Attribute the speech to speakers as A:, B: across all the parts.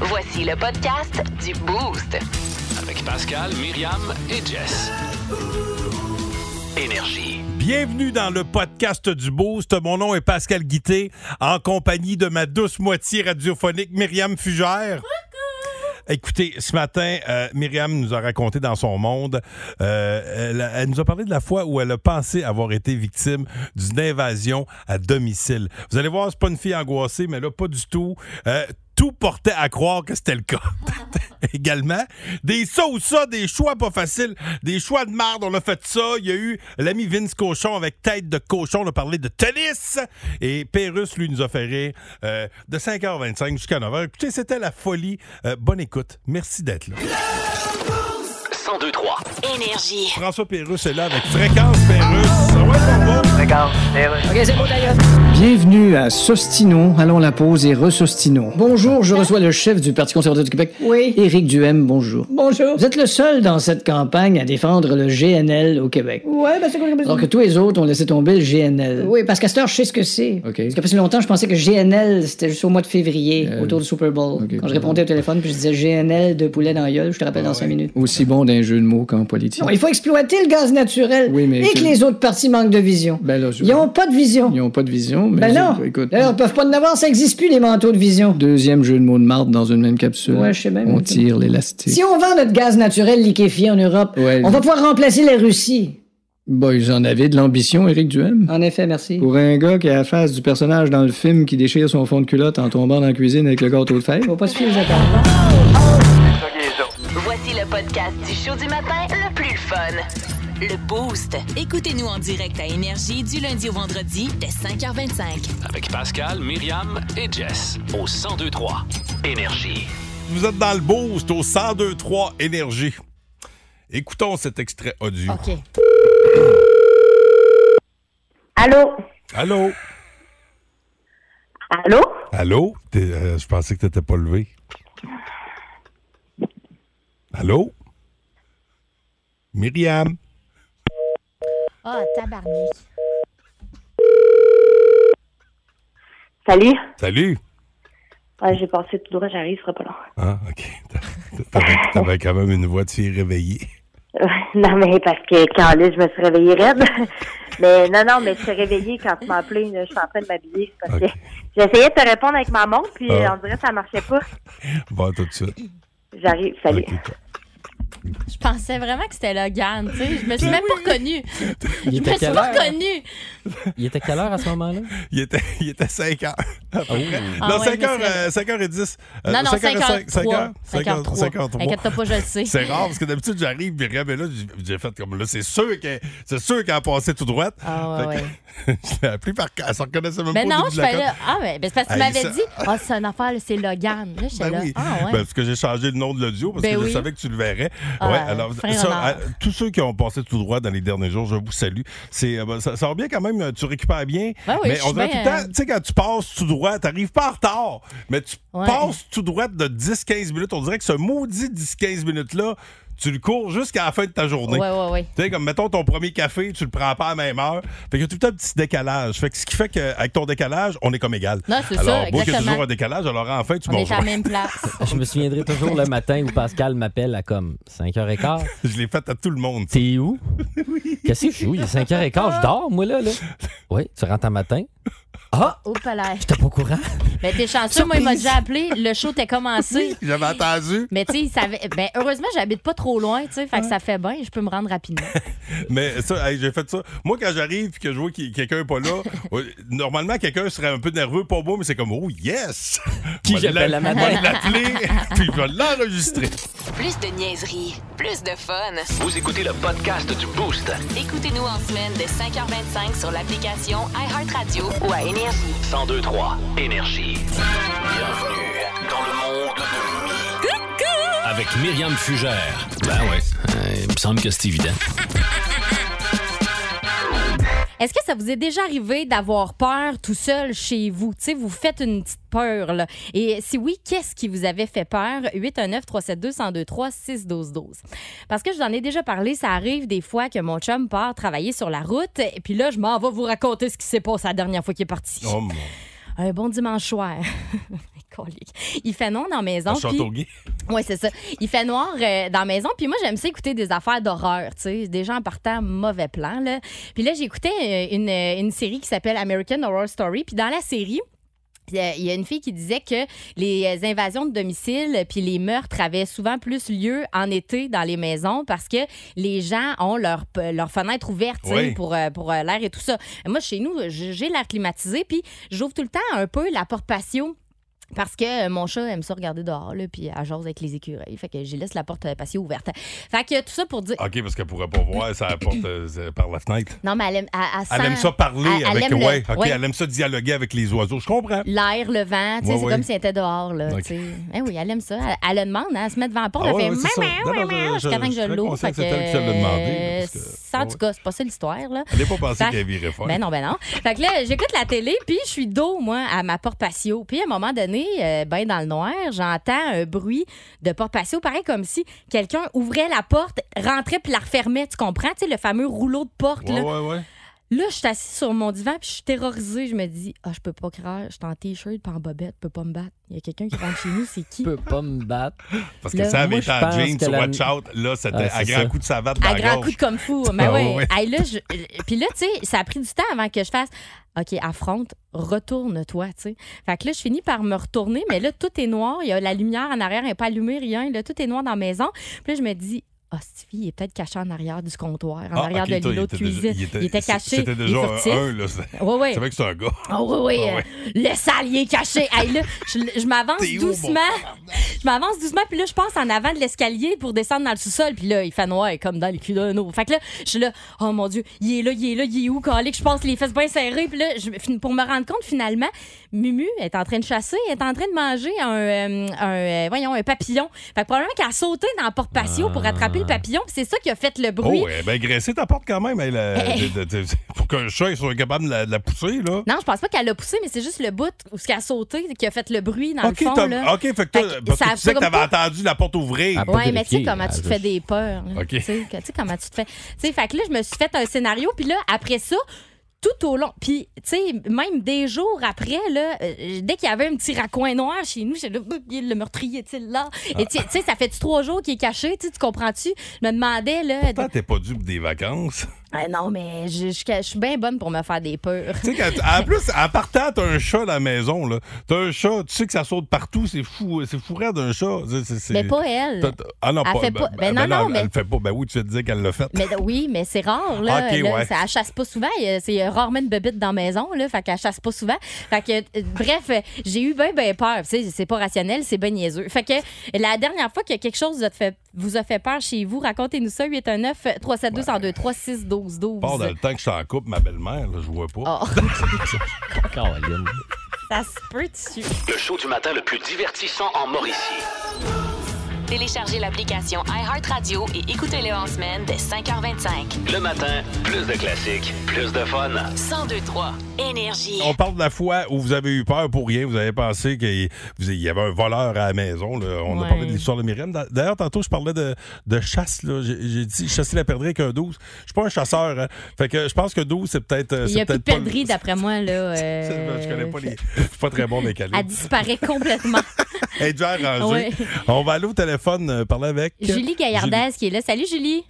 A: Voici le podcast du Boost.
B: Avec Pascal, Myriam et Jess. Énergie.
C: Bienvenue dans le podcast du Boost. Mon nom est Pascal Guité, en compagnie de ma douce moitié radiophonique, Myriam Fugère. Écoutez, ce matin, euh, Myriam nous a raconté dans son monde, euh, elle, a- elle nous a parlé de la fois où elle a pensé avoir été victime d'une invasion à domicile. Vous allez voir, c'est pas une fille angoissée, mais là, pas du tout. Euh, tout portait à croire que c'était le cas. Également, des ça ou ça, des choix pas faciles, des choix de marde, on a fait ça. Il y a eu l'ami Vince Cochon avec tête de cochon, on a parlé de tennis. Et Pérus, lui, nous a fait rire euh, de 5h25 jusqu'à 9h. Écoutez, c'était la folie. Euh, bonne écoute. Merci d'être là.
B: 1023.
A: Énergie.
C: François Pérus est là avec Fréquence Pérus. Ça va, ça va?
D: Bienvenue à Sostino. Allons à la pause et re-Sostino. Bonjour, je reçois le chef du Parti conservateur du Québec.
E: Oui.
D: Éric Duhem, bonjour.
E: Bonjour.
D: Vous êtes le seul dans cette campagne à défendre le GNL au Québec.
E: Ouais, ben c'est quoi que j'ai besoin?
D: Alors que tous les autres ont laissé tomber le GNL.
E: Oui, parce qu'à cette heure, je sais ce que c'est.
D: OK.
E: Parce que pas si longtemps, je pensais que GNL, c'était juste au mois de février,
D: Euh,
E: autour du Super Bowl.
D: OK. Ah
E: Quand je répondais au téléphone, puis je disais GNL de poulet dans la gueule, je te rappelle dans cinq minutes.
D: Aussi bon d'un jeu de mots qu'en politique.
E: Non, il faut exploiter le gaz naturel
D: Oui, mais
E: et que
D: que-
E: les autres partis manquent de vision.
D: Ben là, je-
E: Ils n'ont pas de vision.
D: Ils ont pas de vision, mais
E: Ben
D: je-
E: non.
D: écoute.
E: D'ailleurs, ils peuvent pas en avoir, ça existe plus, les manteaux de vision.
D: Deuxième jeu de mots de marde dans une même capsule.
E: Ouais, je sais bien,
D: On
E: mais-
D: tire l'élastique.
E: Si on vend notre gaz naturel liquéfié en Europe,
D: Ouais.
E: on va pouvoir remplacer la Russie.
D: Bah, ils en avaient de l'ambition, Éric Duhem.
E: En effet, merci.
D: Pour un gars qui a la face du personnage dans le film qui déchire son fond de culotte en tombant dans la cuisine avec le gâteau de fête.
E: Faut pas se fier aux accords.
A: Voici le podcast du show du matin le plus fun. Le Boost.
F: Écoutez-nous en direct à Énergie du lundi au vendredi dès 5h25.
B: Avec Pascal, Myriam et Jess. Au 1023. Énergie.
C: Vous êtes dans le boost au 1023 Énergie. Écoutons cet extrait audio.
G: Allô?
C: Allô?
G: Allô?
C: Allô? T'es- euh, je pensais que t'étais pas levé. Allô? Myriam?
H: Ah, tabarnak.
G: Salut?
C: Salut!
G: Ouais, j'ai passé tout droit, j'arrive, ce sera pas long.
C: Ah, OK. T'a- T'avais, t'avais quand même une voix de fille réveillée.
G: Euh, non, mais parce que quand là, je me suis réveillée raide. mais non, non, mais je suis réveillée quand tu m'as appelé, là, je suis en train de m'habiller. c'est parce
C: OK.
G: que j'essayais de te répondre avec ma montre, puis
C: Ah.
G: on dirait que ça marchait pas.
C: Bon, tout de suite.
G: J'arrive, salut.
C: OK, ciao.
H: Je pensais vraiment que c'était Logan, tu sais. Je
C: Ben
H: me suis même pas reconnue.
I: Il
H: Je me
I: était
H: suis
I: quelle
H: pas
I: heure?
H: reconnue.
I: Il était quelle heure à ce moment-là? Oh.
C: Il était, il était 5 heures. à peu près.
H: Ah
C: non,
H: ouais,
C: 5
H: je me
C: heures,
H: souviens.
C: euh, 5 heures et 10. Euh,
H: Non, non,
C: 5 heures et 5, 5
H: 5h03.
C: heures? 5 heures, 5 heures
H: 5h03.
C: trois.
H: Inquiète pas, je le sais.
C: C'est rare parce que d'habitude j'arrive, Myriam est là, j'ai- j'ai fait comme là, c'est sûr qu'elle c'est sûr qu'elle a passé tout droite.
H: Ah, ouais,
C: Fait
H: ouais.
C: que- je l'ai appelée par cœur, elle s'en reconnaissait même
H: Ben
C: pas. au
H: non, je
C: début de la
H: fais là. Ah, ouais, ben c'est parce que tu
C: Hey, ça-
H: m'avais dit, ah, c'est une affaire, là, c'est Logan. Là, j'étais
C: Ben
H: là.
C: oui.
H: Ah, ouais.
C: Ben, parce que j'ai changé le nom de l'audio parce
H: Ben
C: que je
H: oui.
C: savais que tu le verrais.
H: Ah,
C: ouais, alors,
H: frère
C: ça,
H: Renard.
C: euh, tous ceux qui ont passé tout droit dans les derniers jours, je vous salue. C'est, euh, ben, ça, ça va bien quand même, euh, tu récupères bien.
H: Ben oui,
C: mais
H: je
C: on
H: suis
C: dirait
H: bien,
C: tout le temps,
H: euh,
C: tu sais, quand tu passes tout droit, t'arrives pas en retard, mais tu
H: Ouais.
C: passes tout droit de 10-15 minutes. On dirait que ce maudit 10-15 minutes-là, tu le cours jusqu'à la fin de ta journée.
H: ouais, ouais, ouais.
C: Tu sais, comme mettons ton premier café, tu le prends pas à la même heure. Fait qu'il y a tout le temps un petit décalage. Fait que ce qui fait qu'avec ton décalage, on est comme égal.
H: Non, c'est
C: Alors,
H: ça,
C: beau qu'il y a
H: exactement.
C: toujours un décalage, alors enfin, tu
H: On est à
C: manges.
H: la même place.
I: Je me souviendrai toujours le matin où Pascal m'appelle à comme 5h15.
C: Je l'ai fait à tout le monde. Ah.
I: T'es où? Qu'est-ce que je suis où? Il est 5h15, je dors, moi, là. là. Oui, tu rentres un matin. Ah!
H: Au palais.
I: J'étais pas au courant.
H: Ben, t'es chanceux, moi, il m'a
I: Surprise.
H: déjà appelé. Le show t'est commencé.
C: J'avais attendu.
H: Mais tu sais, il savait- ben, heureusement, j'habite pas trop loin, tu sais, fait que ça fait bien, je peux me rendre rapidement.
C: Mais ça, hey, j'ai fait ça. Moi, quand j'arrive et que je vois qu'il quelqu'un est pas là, euh, normalement, quelqu'un serait un peu nerveux pour moi, mais c'est comme, oh yes!
I: Qui
C: Je vais
I: j'appelle
C: l'a-
I: la matin?
C: Je vais l'appeler, puis je vais l'enregistrer.
A: Plus de niaiserie, plus de fun.
B: Vous écoutez le podcast du Boost.
A: Écoutez-nous en semaine de 5h25 sur l'application iHeartRadio ou à Énergie.
B: 1023. Énergie. Bienvenue dans le monde de Avec Myriam Fugère. Ben ouais, euh, il me semble que c'est évident.
H: Est-ce que ça vous est déjà arrivé d'avoir peur tout seul chez vous? Tu sais, vous faites une petite peur, là. Et si oui, qu'est-ce qui vous avait fait peur? 819-372-1023-612-12. Parce que je vous en ai déjà parlé, ça arrive des fois que mon chum part travailler sur la route, et puis là, je m'en vais vous raconter ce qui s'est passé la dernière fois qu'il est parti.
C: Oh, mon-
H: Un bon dimanche soir. Colique. Il fait non dans la maison.
C: à
H: puis-
C: Châteauguay.
H: oui, c'est ça. Il fait noir euh, dans la maison. Puis moi, j'aime ça écouter des affaires d'horreur, tu sais, des gens partant mauvais plan. Là. Puis là, j'écoutais euh, une, euh, une série qui s'appelle American Horror Story. Puis dans la série, il y a- il y a une fille qui disait que les euh, invasions de domicile puis les meurtres avaient souvent plus lieu en été dans les maisons parce que les gens ont leurs leur fenêtres ouvertes tu sais,
J: Oui.
H: pour, euh, pour euh, l'air et tout ça. Moi, chez nous, j'ai j'ai l'air climatisé puis j'ouvre tout le temps un peu la porte patio parce que euh, mon chat aime ça regarder dehors, là, puis elle jase avec les écureuils. Fait que j'y laisse la porte euh, patio ouverte. Fait que tout ça pour dire.
C: OK, parce qu'elle pourrait pas voir, ça apporte euh, euh, par la fenêtre.
H: Non, mais elle aime, elle, elle
C: Elle
H: sent-
C: aime ça parler
H: elle- elle
C: avec.
H: aime le-
C: ouais, OK,
H: ouais.
C: elle aime ça dialoguer avec les oiseaux. Je comprends.
H: L'air, le vent, tu sais,
C: Ouais,
H: c'est
C: ouais.
H: comme si elle était dehors. Là,
C: Ok.
H: tu sais. Eh oui, elle aime ça. Elle, elle le demande, hein, elle se met devant la porte,
C: Ah
H: elle
C: ouais,
H: fait
C: ouais, c'est ça.
H: Maman,
C: Non, non, ah,
H: maman
C: je- je-
H: jusqu'à temps
C: je
H: que je
C: suis très
H: l'ouvre.
C: conscient
H: Fait
C: que c'est elle qui se l'a demandé, parce que-
H: ça, en tout cas, c'est pas ça l'histoire. là.
C: Elle n'est pas pensée
H: Fait-
C: qu'elle virait fort.
H: Ben non, ben non. Fait que là, j'écoute la télé, puis je suis dos, moi, à ma porte patio. Puis à un moment donné, euh, ben dans le noir, j'entends un bruit de porte patio, pareil comme si quelqu'un ouvrait la porte, rentrait puis la refermait. Tu comprends? Tu sais, le fameux rouleau de porte.
C: Ouais,
H: là.
C: ouais, ouais.
H: Là, je suis assise sur mon divan, puis je suis terrorisée. Je me dis, ah, je peux pas croire, je suis en t-shirt, pas en bobette, je peux pas me battre. Il y a quelqu'un qui rentre chez nous, c'est qui? Je peux pas me battre.
C: Parce que ça avait été en jeans,
I: que la-
C: watch out. Là, c'était
I: Ah, c'est
C: à
I: ça.
C: grand coup de savate dans
H: À
C: la
H: grand
C: gorge.
H: coup de comme fou. Mais
C: Ah,
H: ouais.
C: ouais.
H: Hey, là, je- Puis là, tu sais, ça a pris du temps avant que je fasse. OK, affronte, retourne-toi, tu sais. Fait que là, je finis par me retourner, mais là, tout est noir. Il y a la lumière en arrière, elle n'est pas allumée, rien. Là, tout est noir dans la maison. Puis là, je me dis, ah, cette fille, il est peut-être caché en arrière du comptoir, en
C: Ah,
H: arrière
C: OK,
H: de
C: toi, il
H: l'îlot de
C: était déjà-
H: cuisine. il, était, caché.
C: C'était
H: il est
C: déjà
H: furtif.
C: un, un, là. C'est
H: Ouais, ouais.
C: c'est vrai que c'est un gars.
H: Ah oui, oui,
C: Ah, ouais.
H: euh, le sale, il est caché. Hey, là, je, je m'avance
C: T'es où, mon
H: doucement. Je m'avance doucement, puis là, je passe en avant de l'escalier pour descendre dans le sous-sol. Puis là, il fait noir, comme dans le cul d'un eau. Fait que là, je suis là, oh mon Dieu, il est là, il est là, il est où, calé, que je passe les fesses bien serrées. Puis là, je, fin- pour me rendre compte, finalement, Mumu est en train de chasser, elle est en train de manger un, euh, un, euh, voyons, un papillon. Fait que probablement qu'elle a sauté dans la porte patio pour attraper le papillon, puis c'est ça qui a fait le bruit.
C: Ah. Oh, elle ben, graissé ta porte quand même. elle, euh,
H: Hey.
C: de- de- de- pour qu'un chat il soit capable de la, de la pousser, là.
H: Non, je pense pas qu'elle l'a poussé, mais c'est juste le bout où ce qu'elle a sauté qui a fait le bruit dans
C: OK,
H: le fond.
C: t'as-
H: Là.
C: OK, fait que toi,
H: Fait que
C: parce
H: ça
C: que
H: a
C: tu sais que
H: comme
C: t'avais entendu la porte ouvrir.
H: Ouais, mais tu sais comment tu te fais des peurs. là.
C: OK.
H: Tu sais, que- tu sais comment tu te fais. Tu sais, fait que là, je me suis fait un scénario, puis là, après ça, tout au long, puis tu sais, même des jours après, là, euh, dès qu'il y avait un petit raccoin noir chez nous, j'ai le, le meurtrier est-il là? Et tu sais- tu sais, ça fait trois jours qu'il est caché, tu sais, tu comprends-tu? Je me demandais, là.
C: Pourtant, t'es pas dû pour des vacances.
H: Ah non, mais je je- je suis bien bonne pour me faire des peurs.
C: Tu sais, quand- en plus, en partant, t'as un chat à la maison, là. T'as un chat, tu sais que ça saute partout, c'est fou, euh, c'est fou raide d'un chat. C'est- c'est- c'est-
H: Mais pas elle.
C: T'as- t'as- Ah non,
H: Elle
C: pas,
H: fait pas- ben non,
C: là,
H: non,
C: elle,
H: mais-
C: elle fait pas. Ben oui, tu vas te dire qu'elle l'a fait.
H: Mais oui, mais c'est rare, là.
C: Ok,
H: Là,
C: ouais.
H: ça, elle chasse pas souvent. Il y a- C'est euh, rarement une bébite dans la maison, là. Fait qu'elle chasse pas souvent. Fait que, euh, bref, euh, j'ai eu bien, bien peur. Tu sais, c'est pas rationnel, c'est ben niaiseux. Fait que la dernière fois que quelque chose vous a fait, vous a fait peur chez vous, racontez-nous ça. 819 372 1023 6 12 12
C: Part dans le temps que je suis en couple, ma belle-mère, là, je vois
H: Ah.
C: pas.
H: Ça se peut dessus.
B: Le show du matin le plus divertissant en Mauricie.
F: Téléchargez l'application iHeartRadio et écoutez-le en semaine dès 5h25.
B: Le matin, plus de classiques, plus de fun.
F: 1023 Énergie.
C: On parle de la fois où vous avez eu peur pour rien, vous avez pensé qu'il vous- il y avait un voleur à la maison. là. On a
H: Ouais.
C: parlé de l'histoire de Myriam. D'a- D'ailleurs, tantôt, je parlais de, de chasse. là. J'ai j'ai dit chasser la perdrix avec un 12. Je suis pas un chasseur. hein. Fait que je pense que 12, c'est peut-être. euh,
H: Il y
C: c'est
H: a plus de
C: peut-être pas le-
H: perdrix, d'après moi, là. euh,
C: Je connais pas les. Je suis pas très bon avec les
H: Elle disparaît complètement.
C: Elle est déjà arrangée.
H: Ouais.
C: On va aller au téléphone euh, parler avec.
H: Julie Gaillardaz qui est là. Salut, Julie.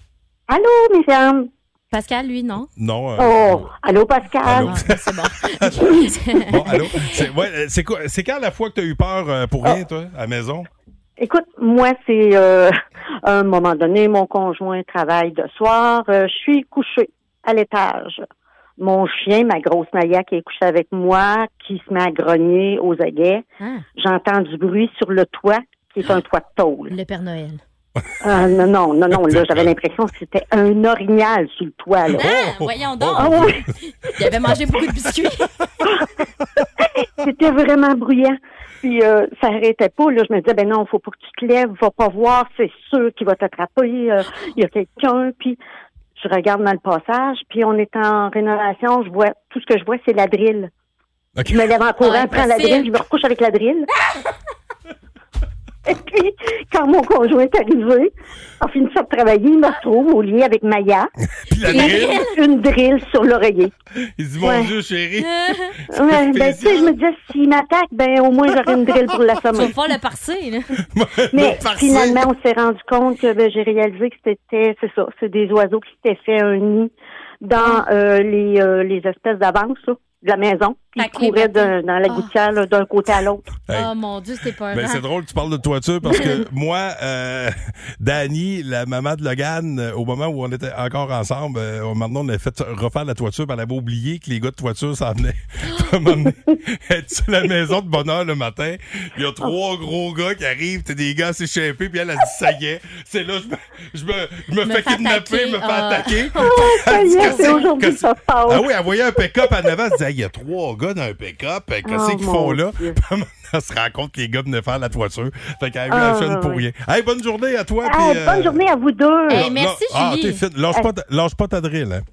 G: Allô, mesdames.
H: Pascal, lui, non?
C: Non. euh,
G: Oh, allô, Pascal.
H: Oh.
C: Bon, allô? C'est ouais, euh, c'est quoi- c'est quand la fois que tu as eu peur euh, pour
G: Ah.
C: rien, toi, à la maison?
G: Écoute, moi, c'est euh, à un moment donné, mon conjoint travaille de soir. euh, je suis couchée à l'étage. Mon chien, ma grosse Maya, qui est couchée avec moi, qui se met à grogner aux aguets.
H: Hein?
G: J'entends du bruit sur le toit, qui est un toit de tôle.
H: Le Père Noël.
G: Ah, non, non, non, non, là, j'avais l'impression que c'était un orignal sur le toit, là.
C: Oh,
H: Ah, voyons donc.
G: Ah oui.
H: Il avait mangé beaucoup de biscuits.
G: C'était vraiment bruyant. Puis euh, ça arrêtait pas. Là, je me disais, ben non, faut pas que tu te lèves, va pas voir, c'est sûr qu'il va t'attraper. euh, Il y a quelqu'un. Puis je regarde dans le passage, puis on est en rénovation, je vois tout ce que je vois, c'est la drille.
C: Ok.
G: Je me lève en courant,
C: Ah,
G: prends la
C: impossible.
G: drille, je me recouche avec la drille. Et puis, quand mon conjoint est arrivé, en finissant de travailler, il me retrouve au lit avec Maya.
C: la
G: Et
C: drille?
G: Une drille sur l'oreiller.
C: Il dit, mon
G: Ouais.
C: Dieu, chérie.
G: Ouais, ben, tu sais, je me disais, s'il m'attaque, ben, au moins, j'aurais une drille pour la
H: Tu vas
G: somme.
H: pouvoir le parser, là.
G: Mais
H: farci.
G: finalement, on s'est rendu compte que ben, j'ai réalisé que c'était, c'est ça, c'est des oiseaux qui s'étaient fait un nid dans euh, les, euh, les espèces d'avances, là, de la maison. Puis ils couraient d'un- dans
H: Ah.
G: la gouttière, là, d'un côté à l'autre. Ah,
C: Hey.
H: Oh mon Dieu, c'était pas
C: Ben, c'est drôle que tu parles de toiture parce que moi, euh, Dani, la maman de Logan, euh, au moment où on était encore ensemble, euh, maintenant on a fait refaire la toiture, puis elle avait oublié que les gars de toiture s'en venaient. Puis à un moment donné, elle est sur la maison de bonne heure le matin. Il y a trois gros gars qui arrivent, t'es des gars assez chépés, puis elle a dit ça y est, c'est là je me, je me, je me
H: Me
C: fais
H: fais attaquer,
C: kidnapper, me fais
H: ah.
C: attaquer.
H: Ah,
G: ça y
C: Elle dit,
G: est,
C: Qu'est-ce
G: c'est
C: que-
G: aujourd'hui
C: qu'est-ce-
G: ça se passe.
C: Ah oui, elle voyait un pick-up en avant, elle disait, Ah, il y a trois gars dans un pick-up, euh, qu'est-ce
G: Oh,
C: qu'ils
G: mon
C: font là? Puis à un moment donné, elle se rend compte que les gars venaient faire la toiture. Fait qu'elle a eu la
G: Ah,
C: chaîne pour
G: ouais.
C: rien. Hey, bonne journée à toi.
G: Ah,
C: puis, euh,
G: Bonne journée à vous deux.
C: là- là- Ah, t'es fine. Lâche, pas ta, lâche pas ta drille. Hein.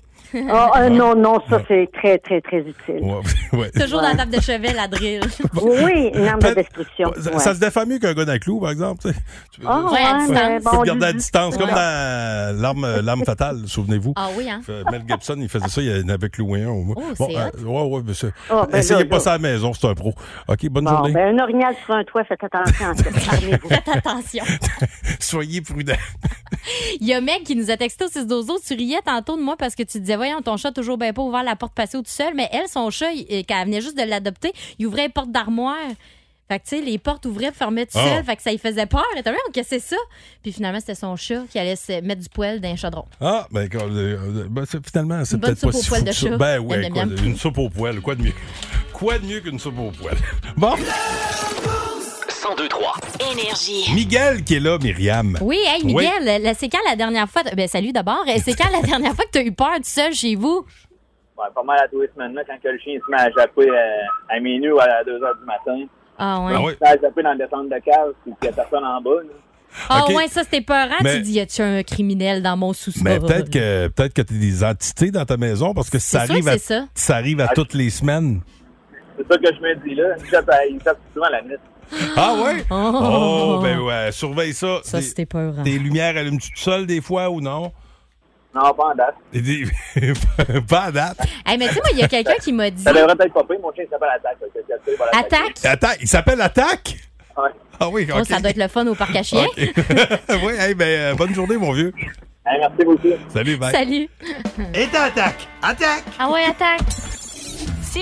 G: Ah, ah, non, non, ça, c'est très, très, très utile.
C: Ouais, ouais.
H: Toujours dans la table de chevet, la drille.
G: Oui, une arme de destruction.
C: Ça,
G: ouais.
C: ça se défend mieux qu'un gun à clous, par exemple. tu sais.
G: Ah, ouais, mais
C: Faut
G: bon,
C: le garder à distance, comme
G: Ouais.
C: dans l'arme, l'arme fatale, souvenez-vous.
H: Ah oui, hein?
C: Fait- Mel Gibson, il faisait ça, il en avait cloué un au moins.
H: Oh, c'est
C: euh, ouais, ouais, mais c'est-
G: Ah, ben
C: Essayez
G: là,
C: pas
G: là.
C: ça à la maison, c'est un pro. OK, bonne
G: Bon,
C: journée.
G: ben, un orignal sur un toit, faites attention à ça. Armez-vous.
H: Attention.
C: Soyez prudents.
H: Il y a Meg qui nous a texté au 6 12 Tu riais tantôt de moi parce que tu disais, voyons, ton chat toujours bien pas ouvert la porte passée tout seul. Mais elle, son chat, il- quand elle venait juste de l'adopter, il ouvrait les portes d'armoire. Fait que, tu sais, les portes ouvraient, fermaient tout
C: Ah.
H: seul. Fait que ça lui faisait peur. Elle était, voyons, qu'est-ce que c'est ça? Puis finalement, c'était son chat qui allait se mettre du poêle dans un chaudron.
C: Ah, ben, quand- euh, ben, c'est- finalement, c'est
H: Une bonne
C: peut-être pas
H: soupe au
C: si
H: poil
C: fou
H: de
C: que ça.
H: chat.
C: Ben ouais,
H: Miam,
C: quoi,
H: miam.
C: une soupe au poil, quoi de mieux? Quoi de mieux qu'une soupe au poil? Bon,
B: 1023.
C: Ben,
F: Énergie.
C: Miguel qui est là, Myriam.
H: Oui, hey, Miguel, la- c'est quand la dernière fois. Ben, salut d'abord. C'est quand la dernière fois que tu as eu peur tout seul chez vous?
J: Ouais, pas mal à tous les semaines, là, quand que le chien se met à japper euh, à minuit ou à 2 h du matin.
H: Ah,
C: Ben
H: ouais.
J: Il se met à japper dans le descente de cave, puis qu'il n'y a personne en bas. là.
H: Ah,
C: Ok.
H: ouais, ça, c'était peurant.
C: Mais-
H: Tu dis, y a-tu un criminel dans mon sous-sol?
C: Mais peut-être que peut-être que t'as des entités dans ta maison parce que ça
H: sûr
C: arrive
H: que
C: à
H: c'est ça.
C: ça arrive
J: Ah.
C: à toutes les semaines.
J: C'est ça que je me dis, là. Il jappe, à- il jappe souvent la nuit.
C: Ah ouais?
J: Oh.
C: Oh, ben ouais, surveille ça.
J: Ça,
C: Des-
J: c'était peurant.
C: Tes lumières allument-tu tout seul des fois ou non?
J: Non, pas en date.
C: Et des- pas à date.
H: Hey, mais tu sais, moi, il y a quelqu'un qui m'a dit.
J: Ça devrait peut-être pas pire. Mon chien s'appelle Attaque. fait que c'est absolument pas l'attaque.
H: Attaque!
C: Attaque, il s'appelle Attaque?
J: Ouais.
C: Ah oui,
H: Oh,
C: ok.
H: ça doit être le fun au parc à chiens.
C: Ok. oui, hey, ben, euh, bonne journée, mon vieux.
J: merci beaucoup.
C: Salut, bye.
H: Salut.
C: Et attaque. Attaque.
H: Ah ouais, attaque.
F: Si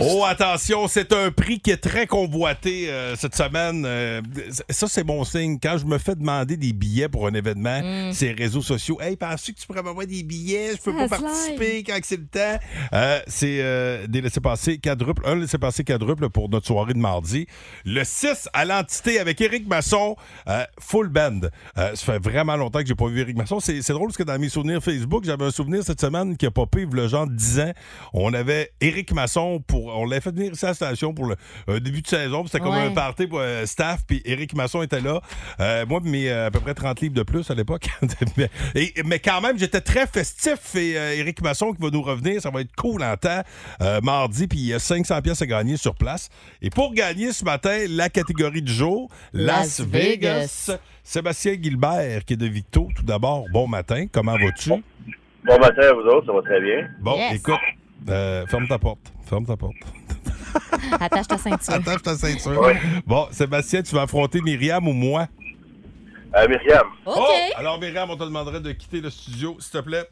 C: Oh, attention, c'est un prix qui est très convoité euh, cette semaine. Euh, ça, c'est bon signe. Quand je me fais demander des billets pour un événement,
H: Mm.
C: ces réseaux sociaux, hey, penses-tu que tu pourrais m'envoyer des billets? Je peux
K: Ah,
C: pas
K: slide.
C: participer quand c'est le temps. Euh, c'est euh, des laissés-passer quadruples. Un laissé-passer quadruple pour notre soirée de mardi. Le 6 à l'entité avec Éric Masson, euh, full band. Euh, ça fait vraiment longtemps que j'ai pas vu Éric Masson. C'est c'est drôle parce que dans mes souvenirs Facebook, j'avais un souvenir cette semaine qui a popé, le genre 10 ans. On avait Éric Masson pour. On l'avait fait venir ici à la station pour le un début de saison. puis C'était comme
K: Ouais.
C: un party pour euh, staff. Puis Éric Masson était là. Euh, moi, mes euh, à peu près 30 livres de plus à l'époque. mais, et- mais quand même, j'étais très festif. Et euh, Éric Masson qui va nous revenir, ça va être cool en temps. euh, mardi, puis il y a 500 pièces à gagner sur place. Et pour gagner ce matin, la catégorie du jour, Las,
K: Las
C: Vegas.
K: Vegas.
C: Sébastien Gilbert, qui est de Victo, tout d'abord, bon matin. Comment vas-tu?
L: Bon matin à vous autres, ça va très bien.
C: Bon, écoute, euh, ferme ta porte. Ferme ta porte.
H: Attache ta ceinture.
C: Attache ta ceinture. Bon, Sébastien, tu vas affronter Myriam ou moi?
L: Euh, Myriam.
H: OK.
C: Oh, alors, Myriam, on te demanderait de quitter le studio, s'il te plaît.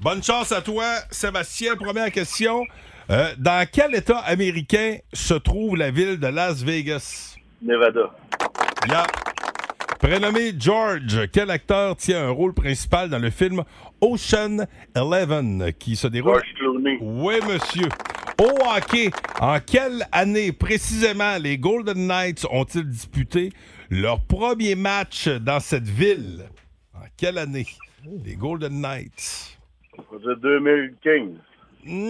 C: Bonne chance à toi, Sébastien. Première question. Euh, dans quel État américain se trouve la ville de Las Vegas?
L: Nevada.
C: Là, Prénommé George, quel acteur tient un rôle principal dans le film Ocean Eleven qui se déroule. George
L: Clooney.
C: Oui, monsieur. Au hockey, en quelle année précisément les Golden Knights ont-ils disputé leur premier match dans cette ville? En quelle année? Les Golden Knights.
L: On va dire 2015.
C: Hmm.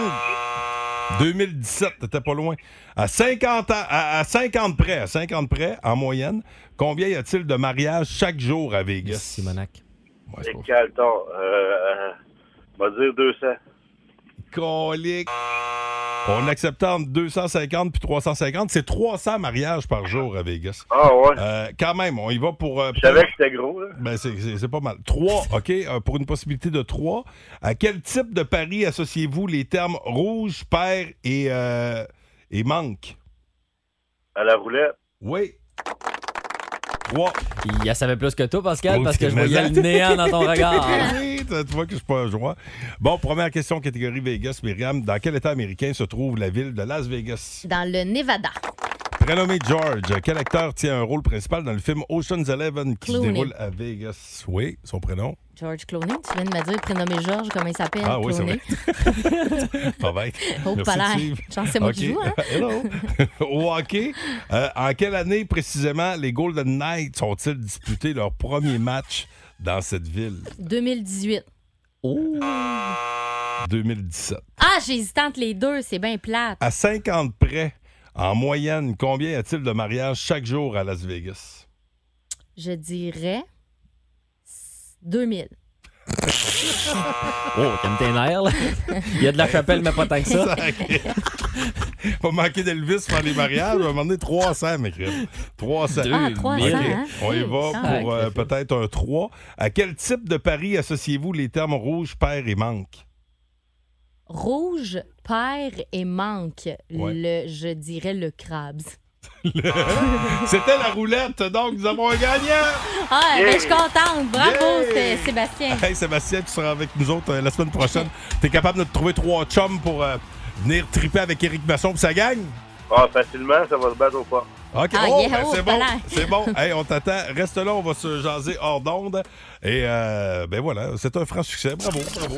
C: 2017, t'étais pas loin. À 50, ans- à, à 50 près, à 50 près, en moyenne, combien y a-t-il de mariages chaque jour à Vegas? Simonac.
L: Et quel temps? Euh, euh, on va dire 200.
C: Colique. On acceptait entre 250 puis 350. C'est 300 mariages par jour à Vegas. Euh,
L: Ah ouais?
C: quand même, on y va pour... euh,
L: Je savais que c'était gros, là.
C: Ben, c'est- c'est c'est pas mal. Trois, OK, euh, pour une possibilité de trois. À quel type de pari associez-vous les termes rouge, paire et, euh, et manque?
L: À la roulette.
C: Oui. Trois.
I: Il en savait plus que toi, Pascal,
C: Oh,
I: parce que je
C: mais-
I: voyais le néant dans ton regard.
C: oui, tu tu vois que je suis pas un joueur. Bon, première question, catégorie Vegas, Myriam. Dans quel état américain se trouve la ville de Las Vegas?
H: Dans le Nevada.
C: Prénommé George, quel acteur tient un rôle principal dans le film Ocean's Eleven qui
H: Clooney.
C: se déroule à Vegas? Oui, son prénom.
H: George Clooney, tu viens de me dire, prénommé George, comment il s'appelle?
C: Ah oui, c'est
H: Clooney.
C: Pas bête.
H: Oh,
C: Merci,
H: pas l'air.
C: Steve.
H: Genre, c'est moi qui
C: Ok.
H: joue, hein?
C: Hello. Au hockey, euh, en quelle année précisément les Golden Knights ont-ils disputé leur premier match dans cette ville?
H: 2018.
C: Oh! 2017.
H: Ah, j'hésite entre les deux, c'est bien plate.
C: À 50 près, en moyenne, combien y a-t-il de mariages chaque jour à Las Vegas?
H: Je dirais 2000.
I: Oh, t'aimes tes nerfs, là? Il y
C: Ben,
I: a de la chapelle, mais pas tant que ça.
C: Pas manquer d'Elvis pour les mariages, on va demander 300, mes crèmes. 300.
H: Ah, 300,
C: Ok.
H: hein?
C: On y va
H: Ah, ouais.
C: pour euh, peut-être un 3. À quel type de pari associez-vous les termes rouge, paire et manque?
H: Rouge, paire et manque.
C: Ouais.
H: Le, je dirais le Crabs.
C: C'était la roulette, donc nous avons un gagnant!
H: Ah, ben,
C: Yeah!
H: je suis contente. Bravo,
C: Yeah!
H: c'est- Sébastien.
C: Hey Sébastien, tu seras avec nous autres euh, la semaine prochaine. T'es capable de te trouver trois chums pour euh, venir triper avec Éric Masson et sa gang?
L: Ah, facilement, ça va se battre au pas.
C: OK.
L: Ah,
C: Oh,
L: yeah,
C: ben,
L: oh,
C: c'est
L: pas
C: bon.
L: l'air.
C: C'est bon. Hey, on t'attend. Reste là, on va se jaser hors d'onde. Et euh, ben voilà, c'est un franc succès. Bravo, bravo.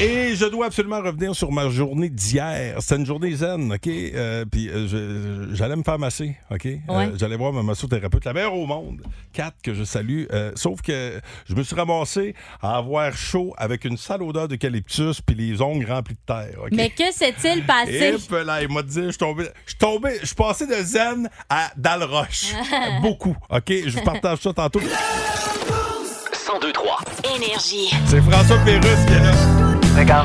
C: Et je dois absolument revenir sur ma journée d'hier. C'était une journée zen, OK? Euh, puis euh, je- j'allais me faire masser, OK? Euh,
K: Ouais.
C: j'allais voir ma massothérapeute, la meilleure au monde, Kat, que je salue. Euh, sauf que je me suis ramassé à avoir chaud avec une sale odeur d'eucalyptus puis les ongles remplis de terre, OK?
H: Mais que s'est-il
C: Et
H: passé?
C: puis là, il m'a dit, je suis tombé, je suis tombé, je suis passé de zen à dalroche. Beaucoup, OK? Je vous partage ça tantôt.
B: 1023.
F: Énergie.
C: C'est François Pérusse qui est là.
D: D'accord,